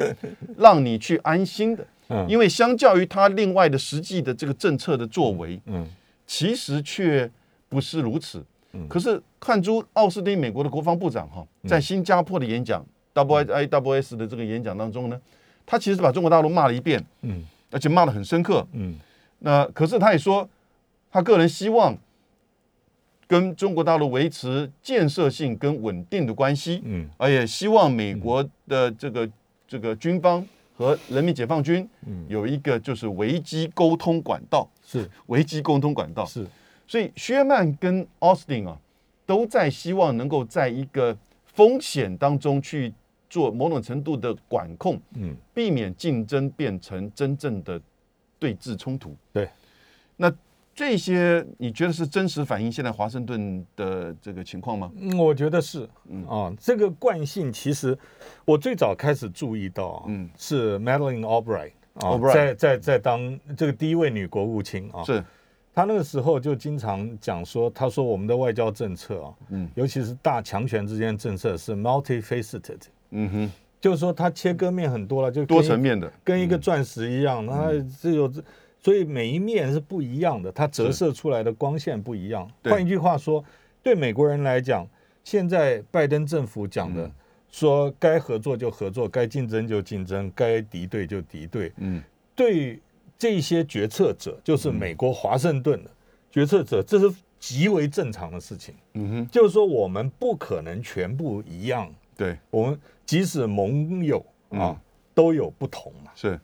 Speaker 2: 让你去安心的？
Speaker 3: 嗯
Speaker 2: 因为相较于他另外的实际的这个政策的作为，
Speaker 3: 嗯
Speaker 2: 其实却不是如此。可是看出奥斯汀美国的国防部长哈，
Speaker 3: 嗯
Speaker 2: 在新加坡的演讲 W I W S 的这个演讲当中呢，他其实把中国大陆骂了一遍，
Speaker 3: 嗯
Speaker 2: 而且骂得很深刻。
Speaker 3: 嗯
Speaker 2: 那可是他也说，他个人希望跟中国大陆维持建设性跟稳定的关系，
Speaker 3: 嗯
Speaker 2: 而也希望美国的这个这个军方和人民解放军
Speaker 3: 嗯
Speaker 2: 有一个就是危机沟通管道，
Speaker 3: 是
Speaker 2: 危机沟通管道。
Speaker 3: 是
Speaker 2: 所以薛曼跟奥斯汀啊，都在希望能够在一个风险当中去做某种程度的管控，
Speaker 3: 嗯
Speaker 2: 避免竞争变成真正的对峙冲突。
Speaker 3: 对，
Speaker 2: 那这些你觉得是真实反映现在华盛顿的这个情况吗？
Speaker 3: 嗯，我觉得是，啊，这个惯性其实我最早开始注意到啊，
Speaker 2: 嗯
Speaker 3: 是 Madeleine Albright 啊，
Speaker 2: Albright
Speaker 3: 在在在当这个第一位女国务卿啊，
Speaker 2: 是，
Speaker 3: 她那个时候就经常讲说，她说我们的外交政策啊，
Speaker 2: 嗯
Speaker 3: 尤其是大强权之间的政策是 multifaceted，
Speaker 2: 嗯哼，
Speaker 3: 就是说它切割面很多了，就跟
Speaker 2: 多层面嗯的，
Speaker 3: 跟一个钻石一样，它这有这，所以每一面是不一样的，它折射出来的光线不一样。
Speaker 2: 对
Speaker 3: 换一句话说，对美国人来讲，现在拜登政府讲
Speaker 2: 嗯
Speaker 3: 的、说该合作就合作，该竞争就竞争，该敌对就敌对，
Speaker 2: 嗯
Speaker 3: 对这些决策者，就是美国华盛顿的决策者，这是极为正常的事情。
Speaker 2: 嗯哼，
Speaker 3: 就是说，我们不可能全部一样，
Speaker 2: 对，
Speaker 3: 我们即使盟友啊、
Speaker 2: 嗯
Speaker 3: 都有不同嘛。
Speaker 2: 是，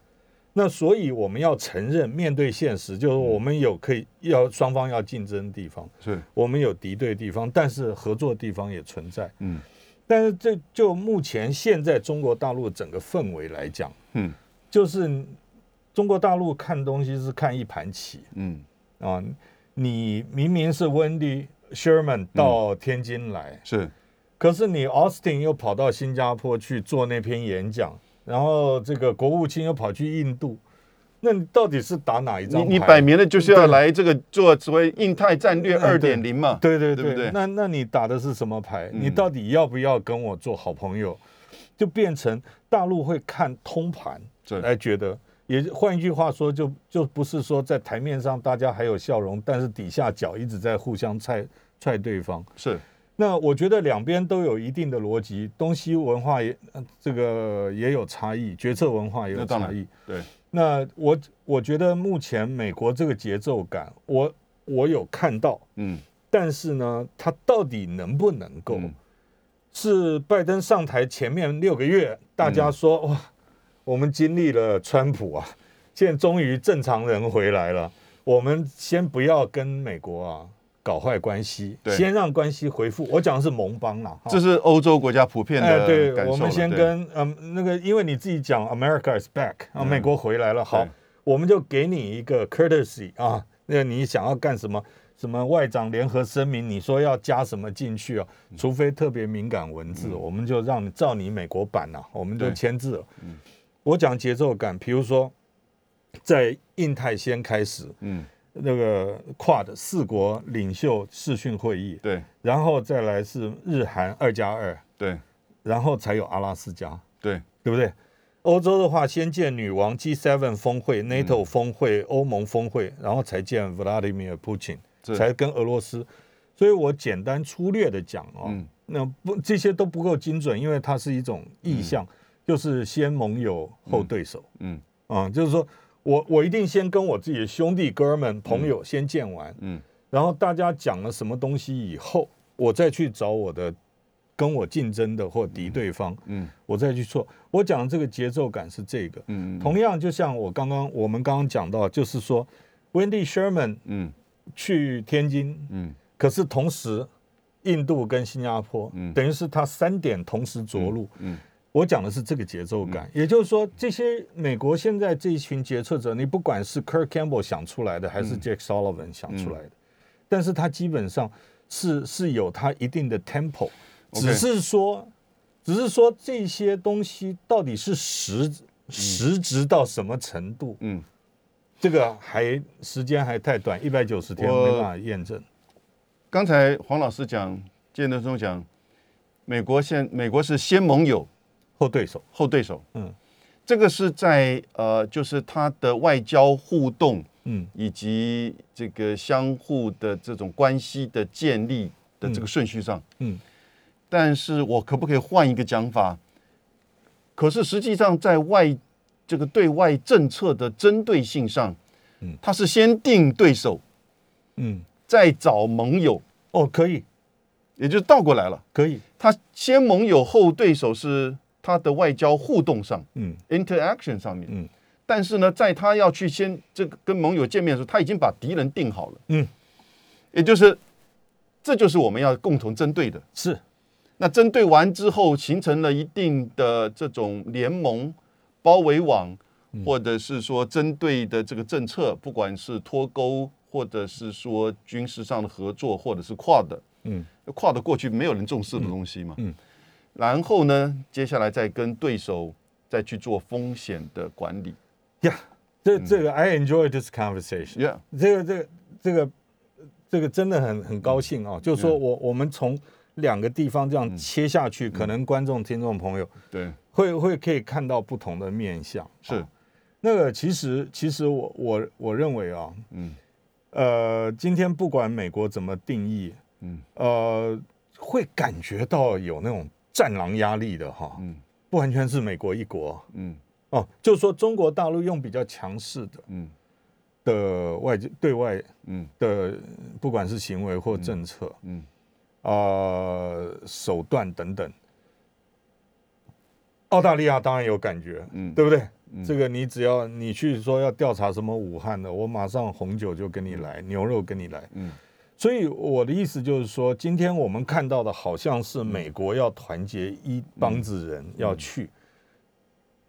Speaker 3: 那所以我们要承认，面对现实，就是
Speaker 2: 嗯
Speaker 3: 我们有可以要双方要竞争的地方，
Speaker 2: 是，
Speaker 3: 我们有敌对的地方，但是合作的地方也存在。
Speaker 2: 嗯
Speaker 3: 但是这就目前现在中国大陆整个氛围来讲，
Speaker 2: 嗯
Speaker 3: 就是中国大陆看东西是看一盘棋
Speaker 2: 嗯，
Speaker 3: 啊，你明明是温
Speaker 2: 嗯
Speaker 3: 迪 Sherman 到天津来，
Speaker 2: 是，
Speaker 3: 可是你 Austin 又跑到新加坡去做那篇演讲，然后这个国务卿又跑去印度，那你到底是打哪一
Speaker 2: 你
Speaker 3: 张牌？
Speaker 2: 你摆明了就是要
Speaker 3: 对
Speaker 2: 来这个做所谓印太战略二
Speaker 3: 嗯对
Speaker 2: 点零嘛，
Speaker 3: 对对
Speaker 2: 对不对
Speaker 3: 那那你打的是什么牌？
Speaker 2: 嗯
Speaker 3: 你到底要不要跟我做好朋友？就变成大陆会看通盘
Speaker 2: 是
Speaker 3: 来觉得，也换一句话说，就就不是说在台面上大家还有笑容，但是底下脚一直在互相踹踹对方。
Speaker 2: 是，
Speaker 3: 那我觉得两边都有一定的逻辑，东西文化也、呃这个也有差异，决策文化也有
Speaker 2: 那当然
Speaker 3: 差异。
Speaker 2: 对，
Speaker 3: 那我我觉得目前美国这个节奏感，我我有看到，
Speaker 2: 嗯
Speaker 3: 但是呢，它到底能不能够？
Speaker 2: 嗯
Speaker 3: 是拜登上台前面六个月，大家说、哇，我们经历了川普啊， 现在终于正常人回来了，我们先不要跟美国啊搞坏关系，
Speaker 2: 对
Speaker 3: 先让关系恢复。我讲的是盟邦啦，哈
Speaker 2: 这是欧洲国家普遍的
Speaker 3: 哎，对，
Speaker 2: 呃感受了。
Speaker 3: 我们先
Speaker 2: 对
Speaker 3: 跟嗯那个，因为你自己讲 America is back 啊，美国回来了，好
Speaker 2: 嗯对，
Speaker 3: 我们就给你一个 courtesy 啊，那你想要干什么？什么外长联合声明，你说要加什么进去啊？除非特别敏感文字，我们就让你照你美国版呐、我们就
Speaker 2: 嗯对嗯
Speaker 3: 签字了。我讲节奏感，比如说在印太先开始，
Speaker 2: 嗯，
Speaker 3: 那个 Quad 四国领袖视讯会议，
Speaker 2: 对
Speaker 3: 然后再来是日韩二加二。
Speaker 2: 对
Speaker 3: 然后才有阿拉斯加，
Speaker 2: 对，
Speaker 3: 对不对？欧洲的话，先见女王 G7 峰会、NATO
Speaker 2: 嗯
Speaker 3: 峰会、欧盟峰会，然后才见 Vladimir Putin，
Speaker 2: 是
Speaker 3: 才跟俄罗斯。所以我简单粗略的讲哦，
Speaker 2: 嗯
Speaker 3: 那不这些都不够精准，因为它是一种意向，就是先盟友后对手
Speaker 2: 嗯
Speaker 3: 啊、就是说我我一定先跟我自己的兄弟哥们朋友先见完，
Speaker 2: 嗯
Speaker 3: 然后大家讲了什么东西以后，我再去找我的跟我竞争的或敌对方，
Speaker 2: 嗯
Speaker 3: 我再去做。我讲的这个节奏感是这个。
Speaker 2: 嗯
Speaker 3: 同样，就像我刚刚我们刚刚讲到，就是说，Wendy Sherman
Speaker 2: 嗯
Speaker 3: 去天津，
Speaker 2: 嗯
Speaker 3: 可是同时印度跟新加坡，
Speaker 2: 嗯
Speaker 3: 等于是他三点同时着陆。
Speaker 2: 嗯
Speaker 3: 我讲的是这个节奏感，也就是说，这些美国现在这一群决策者，你不管是 Kirk Campbell 想出来的，还
Speaker 2: 嗯
Speaker 3: 是 Jack Sullivan 想出来的，但是他基本上是是有他一定的 tempo，
Speaker 2: OK
Speaker 3: 只是说，只是说这些东西到底是实实质到什么程度，
Speaker 2: 嗯，
Speaker 3: 这个还时间还太短，一百九十天
Speaker 2: 我
Speaker 3: 没办法验证。
Speaker 2: 刚才黄老师讲，建德中讲，美国现美国是先盟友
Speaker 3: 后对手，
Speaker 2: 后对手，
Speaker 3: 嗯，
Speaker 2: 这个是在呃，就是他的外交互动
Speaker 3: 嗯
Speaker 2: 以及这个相互的这种关系的建立的这个顺序上。
Speaker 3: 嗯
Speaker 2: 但是我可不可以换一个讲法？可是实际上，在外这个对外政策的针对性上，
Speaker 3: 嗯，
Speaker 2: 它是先定对手，
Speaker 3: 嗯，
Speaker 2: 再找盟友，
Speaker 3: 哦，可以
Speaker 2: 也就是倒过来了。
Speaker 3: 可以，
Speaker 2: 它先盟友后对手是它的外交互动上
Speaker 3: 嗯
Speaker 2: （interaction） 上面。
Speaker 3: 嗯，
Speaker 2: 但是呢，在他要去先这个跟盟友见面的时候，他已经把敌人定好了。
Speaker 3: 嗯，
Speaker 2: 也就是这就是我们要共同针对的。
Speaker 3: 是
Speaker 2: 那针对完之后，形成了一定的这种联盟、包围网，
Speaker 3: 嗯
Speaker 2: 或者是说针对的这个政策，不管是脱钩，或者是说军事上的合作，或者是跨的，
Speaker 3: 嗯，
Speaker 2: 跨的过去没有人重视的东西嘛，
Speaker 3: 嗯嗯
Speaker 2: 然后呢，接下来再跟对手再去做风险的管理
Speaker 3: 呀。这
Speaker 2: 嗯
Speaker 3: 这个 I enjoy this conversation。
Speaker 2: ，Yeah，
Speaker 3: 这个这个这个这个真的很很高兴
Speaker 2: 嗯
Speaker 3: 哦，就是说我我们从两个地方这样切下
Speaker 2: 嗯
Speaker 3: 去，可能观众听众朋友
Speaker 2: 对，
Speaker 3: 会会可以看到不同的面相。
Speaker 2: 是，
Speaker 3: 那个其实其实我我我认为啊，
Speaker 2: 嗯
Speaker 3: 呃，今天不管美国怎么定义，
Speaker 2: 嗯
Speaker 3: 呃，会感觉到有那种战狼压力的哈，
Speaker 2: 嗯
Speaker 3: 不完全是美国一国
Speaker 2: 嗯
Speaker 3: 哦，就是说中国大陆用比较强势的
Speaker 2: 嗯
Speaker 3: 的外界对外
Speaker 2: 嗯
Speaker 3: 的不管是行为或政策，
Speaker 2: 嗯，
Speaker 3: 呃，手段等等。澳大利亚当然有感觉，
Speaker 2: 嗯
Speaker 3: 对不对？这个你只要你去说要调查什么武汉的，我马上红酒就跟你来，牛肉跟你来。
Speaker 2: 嗯，
Speaker 3: 所以我的意思就是说，今天我们看到的好像
Speaker 2: 嗯
Speaker 3: 是美国要团结一帮子人要去，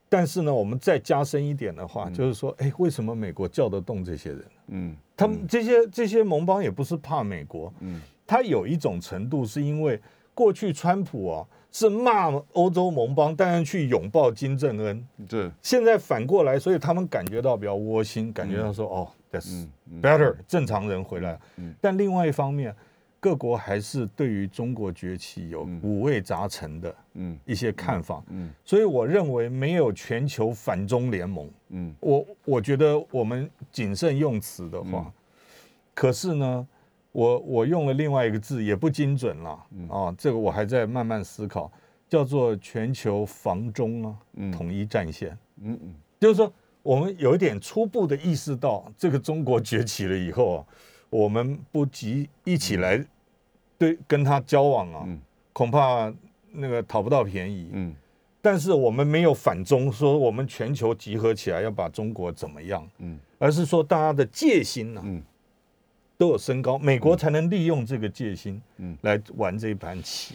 Speaker 3: 但是呢，我们再加深一点的话，就是说，哎，为什么美国叫得动这些人？
Speaker 2: 嗯
Speaker 3: 他们这些这些盟邦也不是怕美国，
Speaker 2: 嗯，
Speaker 3: 他有一种程度是因为过去川普啊是骂欧洲盟邦，但是去拥抱金正恩，
Speaker 2: 这，
Speaker 3: 现在反过来，所以他们感觉到比较窝心，感觉到说、哦，that's
Speaker 2: 嗯嗯
Speaker 3: better，正常人回来。
Speaker 2: 嗯
Speaker 3: 但另外一方面，各国还是对于中国崛起有五味杂陈的
Speaker 2: 嗯
Speaker 3: 一些看法，
Speaker 2: 嗯
Speaker 3: 所以我认为没有全球反中联盟。
Speaker 2: 嗯
Speaker 3: 我我觉得我们谨慎用词的话，
Speaker 2: 嗯
Speaker 3: 可是呢，我我用了另外一个字，也不精准了、
Speaker 2: 嗯
Speaker 3: 啊，这个我还在慢慢思考，叫做全球防中啊，
Speaker 2: 嗯
Speaker 3: 统一战线，
Speaker 2: 嗯嗯
Speaker 3: 就是说我们有一点初步的意识到，这个中国崛起了以后啊，我们不急一起来对跟他交往啊，
Speaker 2: 嗯
Speaker 3: 恐怕那个讨不到便宜，
Speaker 2: 嗯
Speaker 3: 但是我们没有反中，说我们全球集合起来要把中国怎么样，
Speaker 2: 嗯
Speaker 3: 而是说大家的戒心呢、
Speaker 2: 嗯
Speaker 3: 都有升高，美国才能利用这个戒心，
Speaker 2: 嗯
Speaker 3: 来玩这一盘棋。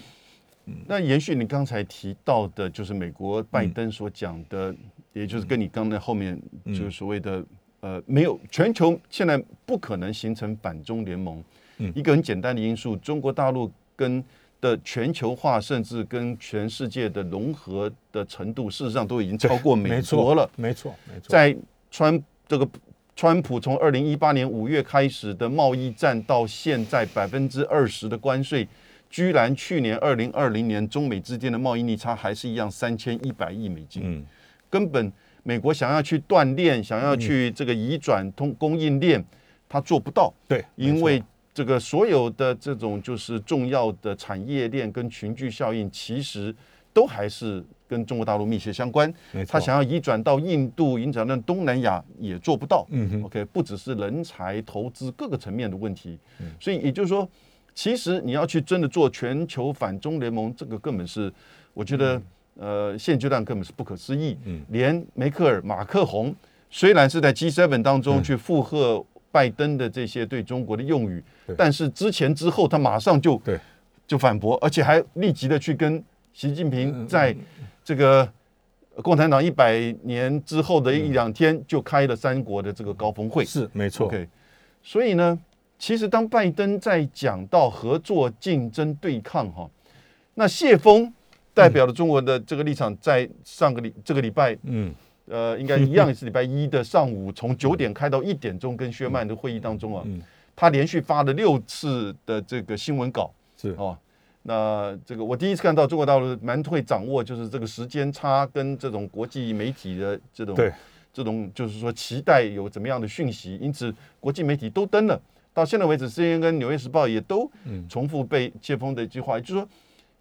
Speaker 3: 嗯
Speaker 2: 那延续你刚才提到的，就是美国拜登所讲的，
Speaker 3: 嗯
Speaker 2: 也就是跟你刚才后面就是所谓的、呃，没有全球现在不可能形成反中联盟，
Speaker 3: 嗯
Speaker 2: 一个很简单的因素，中国大陆跟的全球化，甚至跟全世界的融合的程度，事实上都已经超过美
Speaker 3: 没
Speaker 2: 国
Speaker 3: 错
Speaker 2: 了。
Speaker 3: 没错，没错。
Speaker 2: 在川这个川普从二零一八年五月开始的贸易战到现在百分之二十的关税，居然去年二零二零年中美之间的贸易逆差还是一样三千一百亿美金，
Speaker 3: 嗯
Speaker 2: 根本美国想要去锻炼，想要去这个移转通供应链，它做不到。
Speaker 3: 对，
Speaker 2: 因
Speaker 3: 没
Speaker 2: 为
Speaker 3: 错
Speaker 2: 这个所有的这种就是重要的产业链跟群聚效应，其实都还是跟中国大陆密切相关
Speaker 3: 没。错
Speaker 2: 他想要移转到印度、移转到东南亚也做不到。
Speaker 3: 嗯哼
Speaker 2: OK，不只是人才、投资各个层面的问题。
Speaker 3: 嗯
Speaker 2: 所以也就是说，其实你要去真的做全球反中联盟，这个根本是我觉得、呃现阶段根本是不可思议。
Speaker 3: 嗯
Speaker 2: 连梅克尔、马克宏虽然是在 G7 当
Speaker 3: 嗯
Speaker 2: 中去附和拜登的这些对中国的用语，
Speaker 3: 对
Speaker 2: 但是之前之后他马上就
Speaker 3: 对
Speaker 2: 就反驳，而且还立即的去跟习近
Speaker 3: 嗯
Speaker 2: 平在这个。共产党一百年之后的一两天就开了三国的这个高峰会，
Speaker 3: 是没错。
Speaker 2: OK，所以呢，其实当拜登在讲到合作、竞争、对抗哈、那谢峰代表了中国的这个立场，在上个礼这个礼拜，
Speaker 3: 嗯
Speaker 2: 呃，应该一样也是礼拜一的上午，从九点开到一点钟，跟薛曼的会议当中啊，
Speaker 3: 嗯
Speaker 2: 他连续发了六次的这个新闻稿
Speaker 3: 是
Speaker 2: 哦。那这个我第一次看到中国大陆蛮会掌握，就是这个时间差跟这种国际媒体的这种
Speaker 3: 对
Speaker 2: 这种就是说期待有怎么样的讯息，因此国际媒体都登了。到现在为止，CNN 跟《纽约时报》也都
Speaker 3: 嗯
Speaker 2: 重复被借风的一句话，也就是说，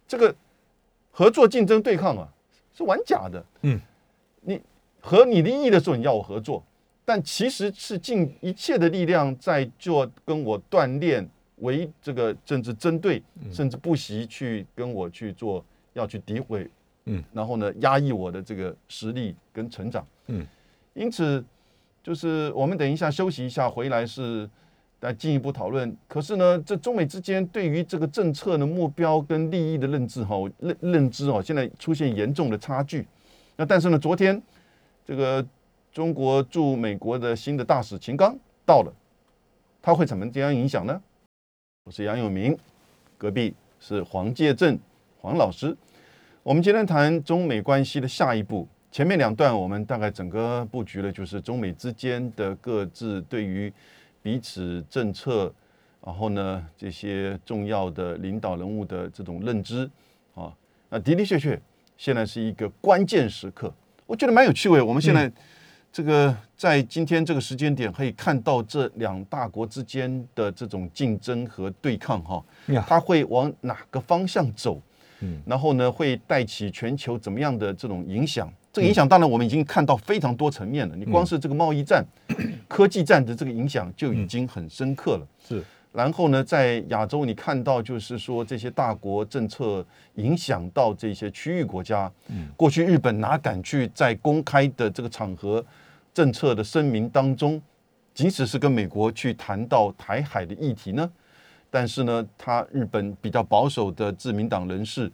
Speaker 2: 这个合作、竞争、对抗啊，是玩假的。
Speaker 3: 嗯，
Speaker 2: 你合你利益的时候，你要我合作，但其实是尽一切的力量在做跟我锻炼、为这个政治针对，
Speaker 3: 嗯
Speaker 2: 甚至不惜去跟我去做要去诋毁，
Speaker 3: 嗯，
Speaker 2: 然后呢，压抑我的这个实力跟成长。
Speaker 3: 嗯，
Speaker 2: 因此就是我们等一下休息一下，回来是。来进一步讨论。可是呢，这中美之间对于这个政策的目标跟利益的认知哈、我认认知哦，现在出现严重的差距。那但是呢，昨天这个中国驻美国的新的大使秦刚到了，他会怎么怎样影响呢？我是杨永明，隔壁是黄介正黄老师。我们今天谈中美关系的下一步。前面两段我们大概整个布局了，就是中美之间的各自对于彼此政策，然后呢这些重要的领导人物的这种认知啊，那的的确确现在是一个关键时刻，我觉得蛮有趣味。我们现在这个在今天这个时间点可以看到这两大国之间的这种竞争和对抗哈、
Speaker 3: 呀
Speaker 2: 它会往哪个方向走？
Speaker 3: 嗯，
Speaker 2: 然后呢，会带起全球怎么样的这种影响？这
Speaker 3: 嗯
Speaker 2: 个影响当然我们已经看到非常多层面了。你光是这个贸易 战、科技战的这个影响就已经很深刻了。
Speaker 3: 是
Speaker 2: 然后呢，在亚洲你看到就是说这些大国政策影响到这些区域国家。嗯，过去日本哪敢去在公开的这个场合政策的声明当中，即使是跟美国去谈到台海的议题呢？但是呢，他日本比较保守的自民党人士，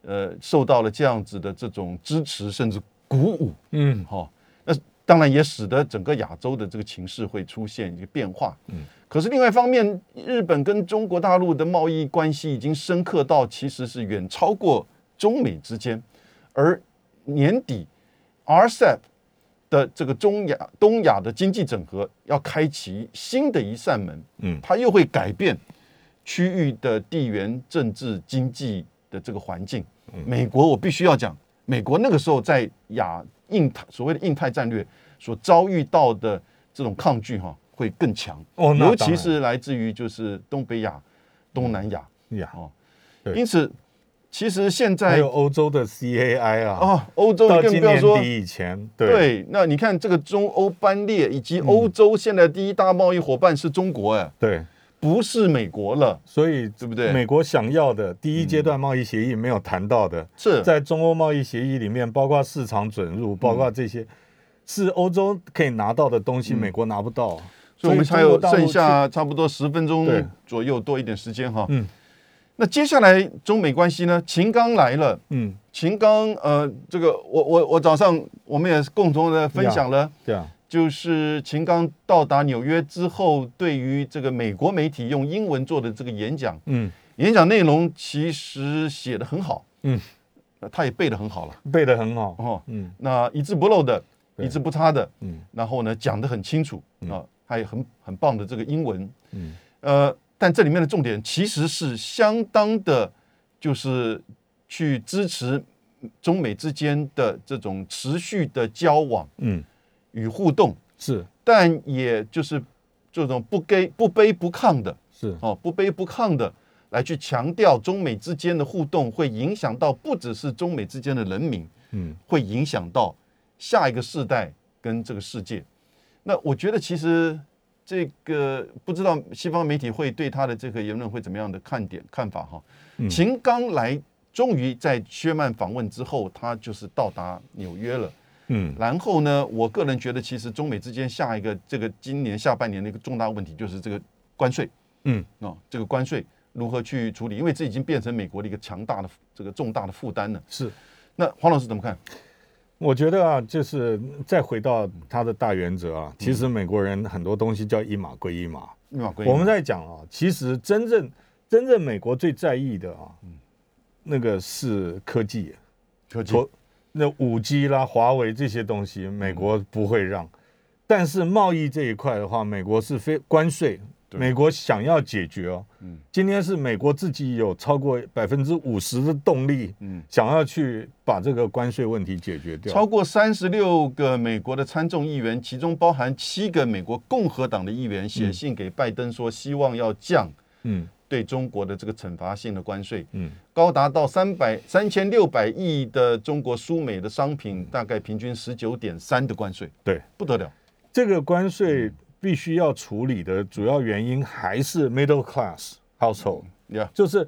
Speaker 2: 呃，受到了这样子的这种支持甚至鼓舞，
Speaker 3: 嗯
Speaker 2: 哈、那当然也使得整个亚洲的这个情势会出现一个变化。嗯，可是另外一方面，日本跟中国大陆的贸易关系已经深刻到其实是远超过中美之间，而年底 RCEP 的这个中亚东亚的经济整合要开启新的一扇门，
Speaker 3: 嗯
Speaker 2: 它又会改变区域的地缘政治经济的这个环境。
Speaker 3: 嗯
Speaker 2: 美国，我必须要讲，美国那个时候在亚印太所谓的印太战略所遭遇到的这种抗拒哈、会更强，
Speaker 3: 哦那
Speaker 2: 尤
Speaker 3: 当
Speaker 2: 其
Speaker 3: 然
Speaker 2: 是来自于就是东北亚、东南亚。
Speaker 3: 呀，嗯对
Speaker 2: 因此，其实现
Speaker 3: 还
Speaker 2: 在
Speaker 3: 有欧洲的 CAI 啊，
Speaker 2: 哦，欧洲
Speaker 3: 到
Speaker 2: 你更
Speaker 3: 今
Speaker 2: 不要
Speaker 3: 年
Speaker 2: 说
Speaker 3: 底以前，对嗯
Speaker 2: 对，那你看这个中欧班列以及欧洲现在第一大贸易伙伴是中国，哎，
Speaker 3: 对，
Speaker 2: 不是美国了，
Speaker 3: 所以
Speaker 2: 对不对嗯
Speaker 3: 美国想要的第一阶段贸易协议没有谈到的，
Speaker 2: 是
Speaker 3: 在中欧贸易协议里面，包括市场准
Speaker 2: 嗯
Speaker 3: 入，包括这些是欧洲可以拿到的东西，美国拿不到，
Speaker 2: 嗯所以我们还
Speaker 3: 中国
Speaker 2: 有
Speaker 3: 大陆
Speaker 2: 剩
Speaker 3: 去
Speaker 2: 下差不多十分钟
Speaker 3: 对
Speaker 2: 左右多一点时间哈。
Speaker 3: 嗯，
Speaker 2: 那接下来中美关系呢？秦刚来了，
Speaker 3: 嗯，
Speaker 2: 秦刚呃，这个我我我早上我们也共同的分享了，
Speaker 3: 这样
Speaker 2: 就是秦刚到达纽约之后，对于这个美国媒体用英文做的这个演讲，
Speaker 3: 嗯，
Speaker 2: 演讲内容其实写的很好，
Speaker 3: 嗯
Speaker 2: 呃，他也背的很好了
Speaker 3: 背得很好，
Speaker 2: 哦，
Speaker 3: 嗯
Speaker 2: 那一字不漏的，
Speaker 3: 对
Speaker 2: 一字不差的，
Speaker 3: 嗯
Speaker 2: 然后呢讲得很清楚啊，还有很很棒的这个英文，
Speaker 3: 嗯，
Speaker 2: 呃，但这里面的重点其实是相当的，就是去支持中美之间的这种持续的交往
Speaker 3: 嗯
Speaker 2: 与互动，
Speaker 3: 是
Speaker 2: 但也就是这种不卑不卑不亢的
Speaker 3: 是
Speaker 2: 哦，不卑不亢的来去强调中美之间的互动会影响到不只是中美之间的人民，
Speaker 3: 嗯
Speaker 2: 会影响到下一个世代跟这个世界。那我觉得其实这个不知道西方媒体会对他的这个言论会怎么样的看点看法哈。秦刚来，终于在薛曼访问之后，他就是到达纽约了。
Speaker 3: 嗯
Speaker 2: 然后呢，我个人觉得其实中美之间下一个这个今年下半年的一个重大问题就是这个关税。
Speaker 3: 嗯
Speaker 2: 哦，这个关税如何去处理？因为这已经变成美国的一个强大的这个重大的负担了。
Speaker 3: 是。
Speaker 2: 那黄老师怎么看？
Speaker 3: 我觉得啊，就是再回到它的大原则
Speaker 2: 嗯
Speaker 3: 啊，其实美国人很多东西叫一码归一码，
Speaker 2: 密码归一
Speaker 3: 我们在讲啊，其实真正真正美国最在意的啊，
Speaker 2: 嗯
Speaker 3: 那个是科技，
Speaker 2: 科技
Speaker 3: 投那五 G 啦、华为这些东西，美国不会让。但是贸易这一块的话，美国是非关税
Speaker 2: 对嗯
Speaker 3: 美国想要解决哦，今天是美国自己有超过百分之五十的动力，
Speaker 2: 嗯
Speaker 3: 想要去把这个关税问题解决掉。
Speaker 2: 超过三十六个美国的参众议员，其中包含七个美国共和党的议员，写信给拜登说，希望要降
Speaker 3: 嗯
Speaker 2: 对中国的这个惩罚性的关税，
Speaker 3: 嗯，
Speaker 2: 高达到三百三千六百亿的中国输美的商
Speaker 3: 嗯
Speaker 2: 品，大概平均十九点三的关税，
Speaker 3: 对，
Speaker 2: 不得了。
Speaker 3: 这个关
Speaker 2: 嗯
Speaker 3: 税必须要处理的主要原因还是 middle class household，
Speaker 2: 呀、
Speaker 3: 就是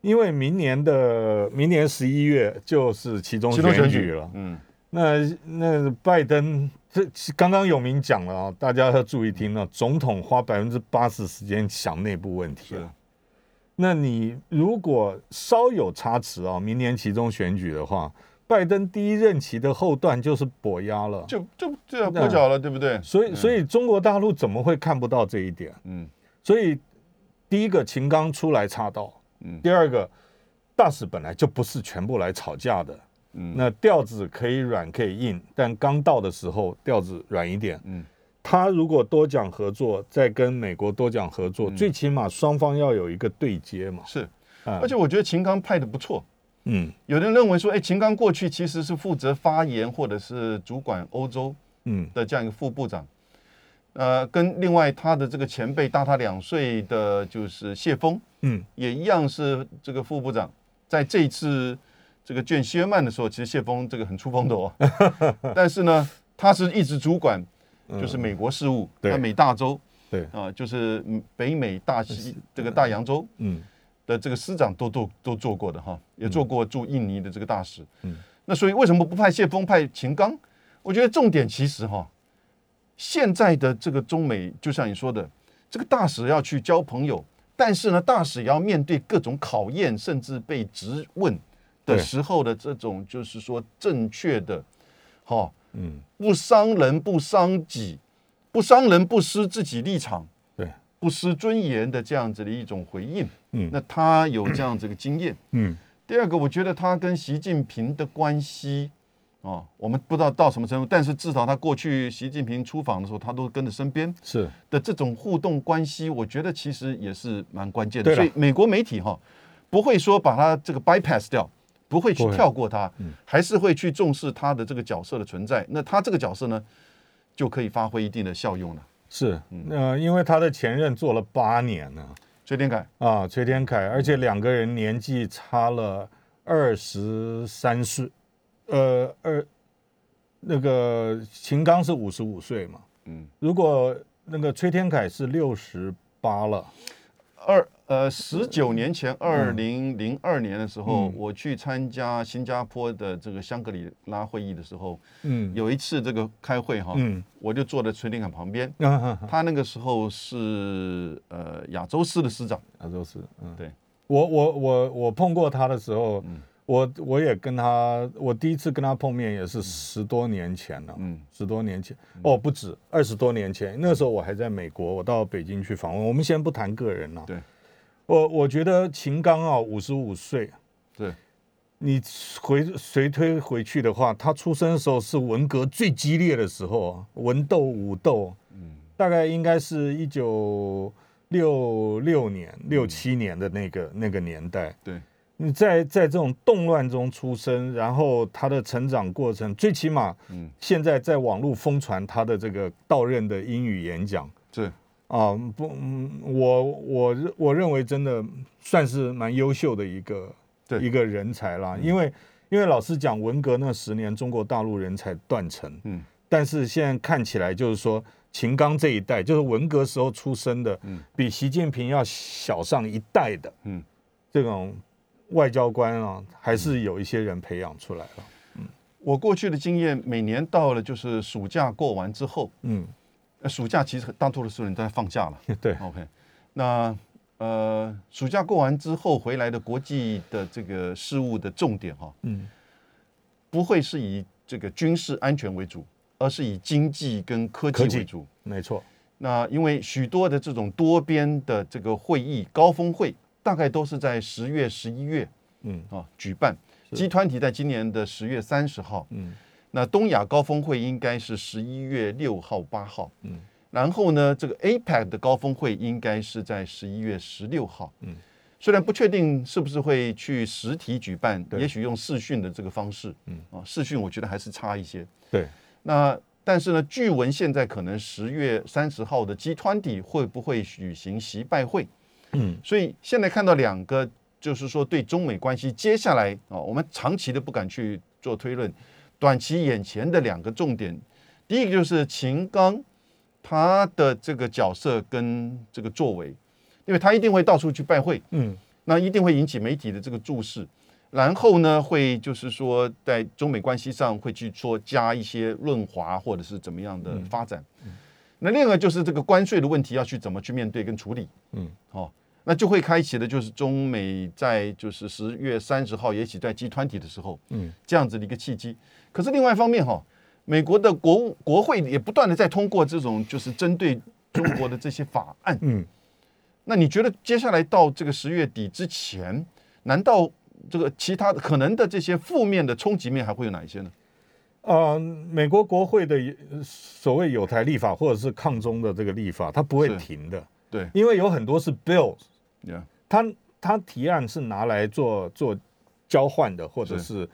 Speaker 3: 因为明年的明年十一月就是其中
Speaker 2: 其中
Speaker 3: 选
Speaker 2: 选
Speaker 3: 举
Speaker 2: 举
Speaker 3: 了。
Speaker 2: 嗯，
Speaker 3: 那那拜登这刚刚永明讲了啊、大家要注意听了、总统花百分之八十时间想内部问题
Speaker 2: 是
Speaker 3: 啊。那你如果稍有差池啊、明年其中选举的话，拜登第一任期的后段就是跛压了。
Speaker 2: 就嗯就这
Speaker 3: 啊
Speaker 2: 样跛脚了，对不对？
Speaker 3: 所以，所以中国大陆怎么会看不到这一点？
Speaker 2: 嗯
Speaker 3: 所以，第一个秦刚出来插刀，
Speaker 2: 嗯
Speaker 3: 第二个大使本来就不是全部来吵架的，
Speaker 2: 嗯
Speaker 3: 那调子可以软可以硬，但刚到的时候调子软一点。
Speaker 2: 嗯，
Speaker 3: 他如果多讲合作，再跟美国多讲合
Speaker 2: 嗯
Speaker 3: 作，最起码双方要有一个对接嘛。
Speaker 2: 是。
Speaker 3: 啊
Speaker 2: 而且我觉得秦刚派的不错。
Speaker 3: 嗯
Speaker 2: 有人认为说，哎，秦刚过去其实是负责发言或者是主管欧洲
Speaker 3: 嗯
Speaker 2: 的这样一个副部长，呃，跟另外他的这个前辈大他两岁的，就是谢峰，
Speaker 3: 嗯
Speaker 2: 也一样是这个副部长，在这一次这个见薛曼的时候，其实谢峰这个很出风头啊， 但是呢，他是一直主管就是美国事务，
Speaker 3: 嗯对
Speaker 2: 他美大洲，
Speaker 3: 对
Speaker 2: 啊、就是嗯北美大西
Speaker 3: 呃
Speaker 2: 这个大洋洲
Speaker 3: 嗯
Speaker 2: 的这个司长都都都做过的哈，也做过驻印尼的这个大使，
Speaker 3: 嗯，
Speaker 2: 那所以为什么不派谢峰派秦刚？我觉得重点其实哈，现在的这个中美，就像你说的，这个大使要去交朋友，但是呢，大使也要面对各种考验，甚至被质问的
Speaker 3: 对
Speaker 2: 时候的这种，就是说正确的，哈、
Speaker 3: 嗯，
Speaker 2: 不伤人、不伤己、不伤人、不失自己立场、
Speaker 3: 对，
Speaker 2: 不失尊严的这样子的一种回应。
Speaker 3: 嗯
Speaker 2: 那他有这样子的经验。
Speaker 3: 嗯
Speaker 2: 第二个，我觉得他跟习近平的关系啊，我们不知道到什么程度，但是至少他过去习近平出访的时候，他都跟着身边
Speaker 3: 是
Speaker 2: 的这种互动关系，我觉得其实也是蛮关键
Speaker 3: 对
Speaker 2: 的。
Speaker 3: 了
Speaker 2: 所以美国媒体哈、不会说把他这个 bypass 掉，不会去
Speaker 3: 不会嗯
Speaker 2: 跳过他，还是会去重视他的这个角色的存在。那他这个角色呢，就可以发挥一定的效用了。
Speaker 3: 是，
Speaker 2: 嗯
Speaker 3: 呃，因为他的前任做了八年呢、
Speaker 2: 崔天凯，
Speaker 3: 啊，崔天凯，而且两个人年纪差了二十三岁，呃，二那个秦刚是五十五岁嘛，
Speaker 2: 嗯，
Speaker 3: 如果那个崔天凯是六十八了，
Speaker 2: 二呃十九年前，二零零二年的时候，
Speaker 3: 嗯
Speaker 2: 我去参加新加坡的这个香格里拉会议的时候，
Speaker 3: 嗯，
Speaker 2: 有一次这个开会哈，
Speaker 3: 嗯，
Speaker 2: 我就坐在崔天凯旁边。
Speaker 3: 啊哈 哈，
Speaker 2: 他那个时候是呃亚洲司的司长，
Speaker 3: 亚洲是，嗯，
Speaker 2: 对，
Speaker 3: 我我我我碰过他的时候，
Speaker 2: 嗯
Speaker 3: 我我也跟他，我第一次跟他碰面也是十多年前了，
Speaker 2: 嗯
Speaker 3: 十多年前，哦，不止二十多年前，那时候我还在美国，我到北京去访问。我们先不谈个人了、
Speaker 2: 对，
Speaker 3: 我我觉得秦刚啊，五十五岁，
Speaker 2: 对，
Speaker 3: 你回随推回去的话，他出生的时候是文革最激烈的时候啊，文斗武斗，啊大概应该是一九六六年、六七年的那个那个年代。
Speaker 2: 对，
Speaker 3: 你在在这种动乱中出生，然后他的成长过程，最起码
Speaker 2: 嗯，
Speaker 3: 现在在网络疯传他的这个到任的英语演讲
Speaker 2: 对，
Speaker 3: 啊，不，嗯我我认我认为真的算是蛮优秀的一个
Speaker 2: 对嗯
Speaker 3: 一个人才啦，因为因为老实讲，文革那十年中国大陆人才断层，
Speaker 2: 嗯，
Speaker 3: 但是现在看起来就是说。秦刚这一代就是文革时候出生的，
Speaker 2: 嗯
Speaker 3: 比习近平要小上一代的，
Speaker 2: 嗯，
Speaker 3: 这种外交官啊，还是有一些人培养出来了，
Speaker 2: 我过去的经验，每年到了就是暑假过完之后，
Speaker 3: 嗯，
Speaker 2: 呃、暑假其实大多数人都在放假了
Speaker 3: 对，
Speaker 2: ，OK，那呃，暑假过完之后回来的国际的这个事务的重点哈、
Speaker 3: 嗯，
Speaker 2: 不会是以这个军事安全为主，而是以经济跟科技
Speaker 3: 科技
Speaker 2: 为主。
Speaker 3: 没错，
Speaker 2: 那因为许多的这种多边的这个会议高峰会，大概都是在十月、十一月
Speaker 3: 嗯
Speaker 2: 啊举办。集团体在今年的十月三十号，
Speaker 3: 嗯
Speaker 2: 那东亚高峰会应该是十一月六号、八号。
Speaker 3: 嗯，
Speaker 2: 然后呢，这个 APEC 的高峰会应该是在十一月十六号。嗯，虽然不确定是不是会去实体举办，也许用视讯的这个方式。嗯，啊，视讯我觉得还是差一些。
Speaker 3: 对，
Speaker 2: 那但是呢，据闻现在可能十月三十号的 G20 会不会举行习拜会？
Speaker 3: 嗯，
Speaker 2: 所以现在看到两个，就是说对中美关系接下来啊，我们长期的不敢去做推论，短期眼前的两个重点，第一个就是秦刚他的这个角色跟这个作为，因为他一定会到处去拜会，
Speaker 3: 嗯，
Speaker 2: 那一定会引起媒体的这个注视。然后呢，会就是说，在中美关系上会去说加一些润滑或者是怎么样的
Speaker 3: 嗯
Speaker 2: 发展。那另外就是这个关税的问题要去怎么去面对跟处理。
Speaker 3: 嗯，
Speaker 2: 哦，那就会开启的就是中美在就是十月三十号，也许在集团体的时候，
Speaker 3: 嗯，
Speaker 2: 这样子的一个契机。可是另外一方面哈、美国的国务国会也不断的在通过这种就是针对中国的这些法案。
Speaker 3: 嗯，
Speaker 2: 那你觉得接下来到这个十月底之前，难道这个其他的可能的这些负面的冲击面还会有哪一些呢？
Speaker 3: 啊、美国国会的呃所谓有台立法或者是抗中的这个立法，它不会
Speaker 2: 是
Speaker 3: 停的，
Speaker 2: 对
Speaker 3: 因为有很多是 bill，
Speaker 2: ，Yeah，
Speaker 3: 它它提案是拿来做做交换的，或者
Speaker 2: 是
Speaker 3: 是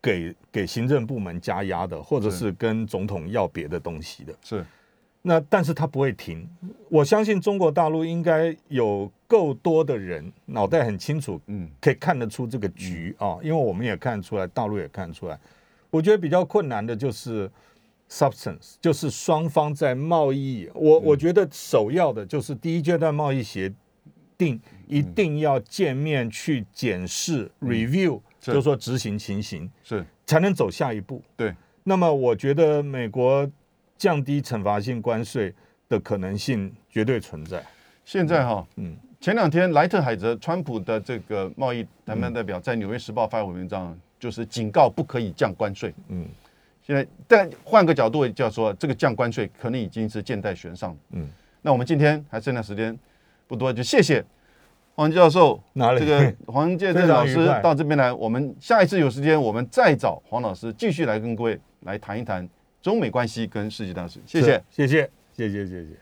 Speaker 3: 给给行政部门加压的，或者
Speaker 2: 是
Speaker 3: 是跟总统要别的东西的。
Speaker 2: 是
Speaker 3: 那但是它不会停，我相信中国大陆应该有够多的人脑袋很清楚，
Speaker 2: 嗯，
Speaker 3: 可以看得出这个局啊，因为我们也看得出来，大陆也看得出来。我觉得比较困难的就是 substance，就是双方在贸易，我
Speaker 2: 嗯
Speaker 3: 我觉得首要的就是第一阶段贸易协定
Speaker 2: 嗯
Speaker 3: 一定要见面去检视 review，
Speaker 2: 是
Speaker 3: 就是说执行情形，
Speaker 2: 是，
Speaker 3: 才能走下一步。
Speaker 2: 对，
Speaker 3: 那么我觉得美国降低惩罚性关税的可能性绝对存在。
Speaker 2: 现在哈、
Speaker 3: 嗯
Speaker 2: 前两天莱特海泽川普的这个贸易谈判代表在《纽约时报》发文文章，就是警告不可以降关税。
Speaker 3: 嗯
Speaker 2: 现在，但换个角度也叫说，这个降关税可能已经是箭在弦上。
Speaker 3: 嗯，
Speaker 2: 那我们今天还剩下时间不多，就谢谢黄教授，
Speaker 3: 哪里
Speaker 2: 这个黄介正老师
Speaker 3: 非常愉快
Speaker 2: 到这边来，我们下一次有时间，我们再找黄老师继续来跟各位来谈一谈中美关系跟世界大事。谢谢
Speaker 3: 啊是。谢谢谢谢谢谢。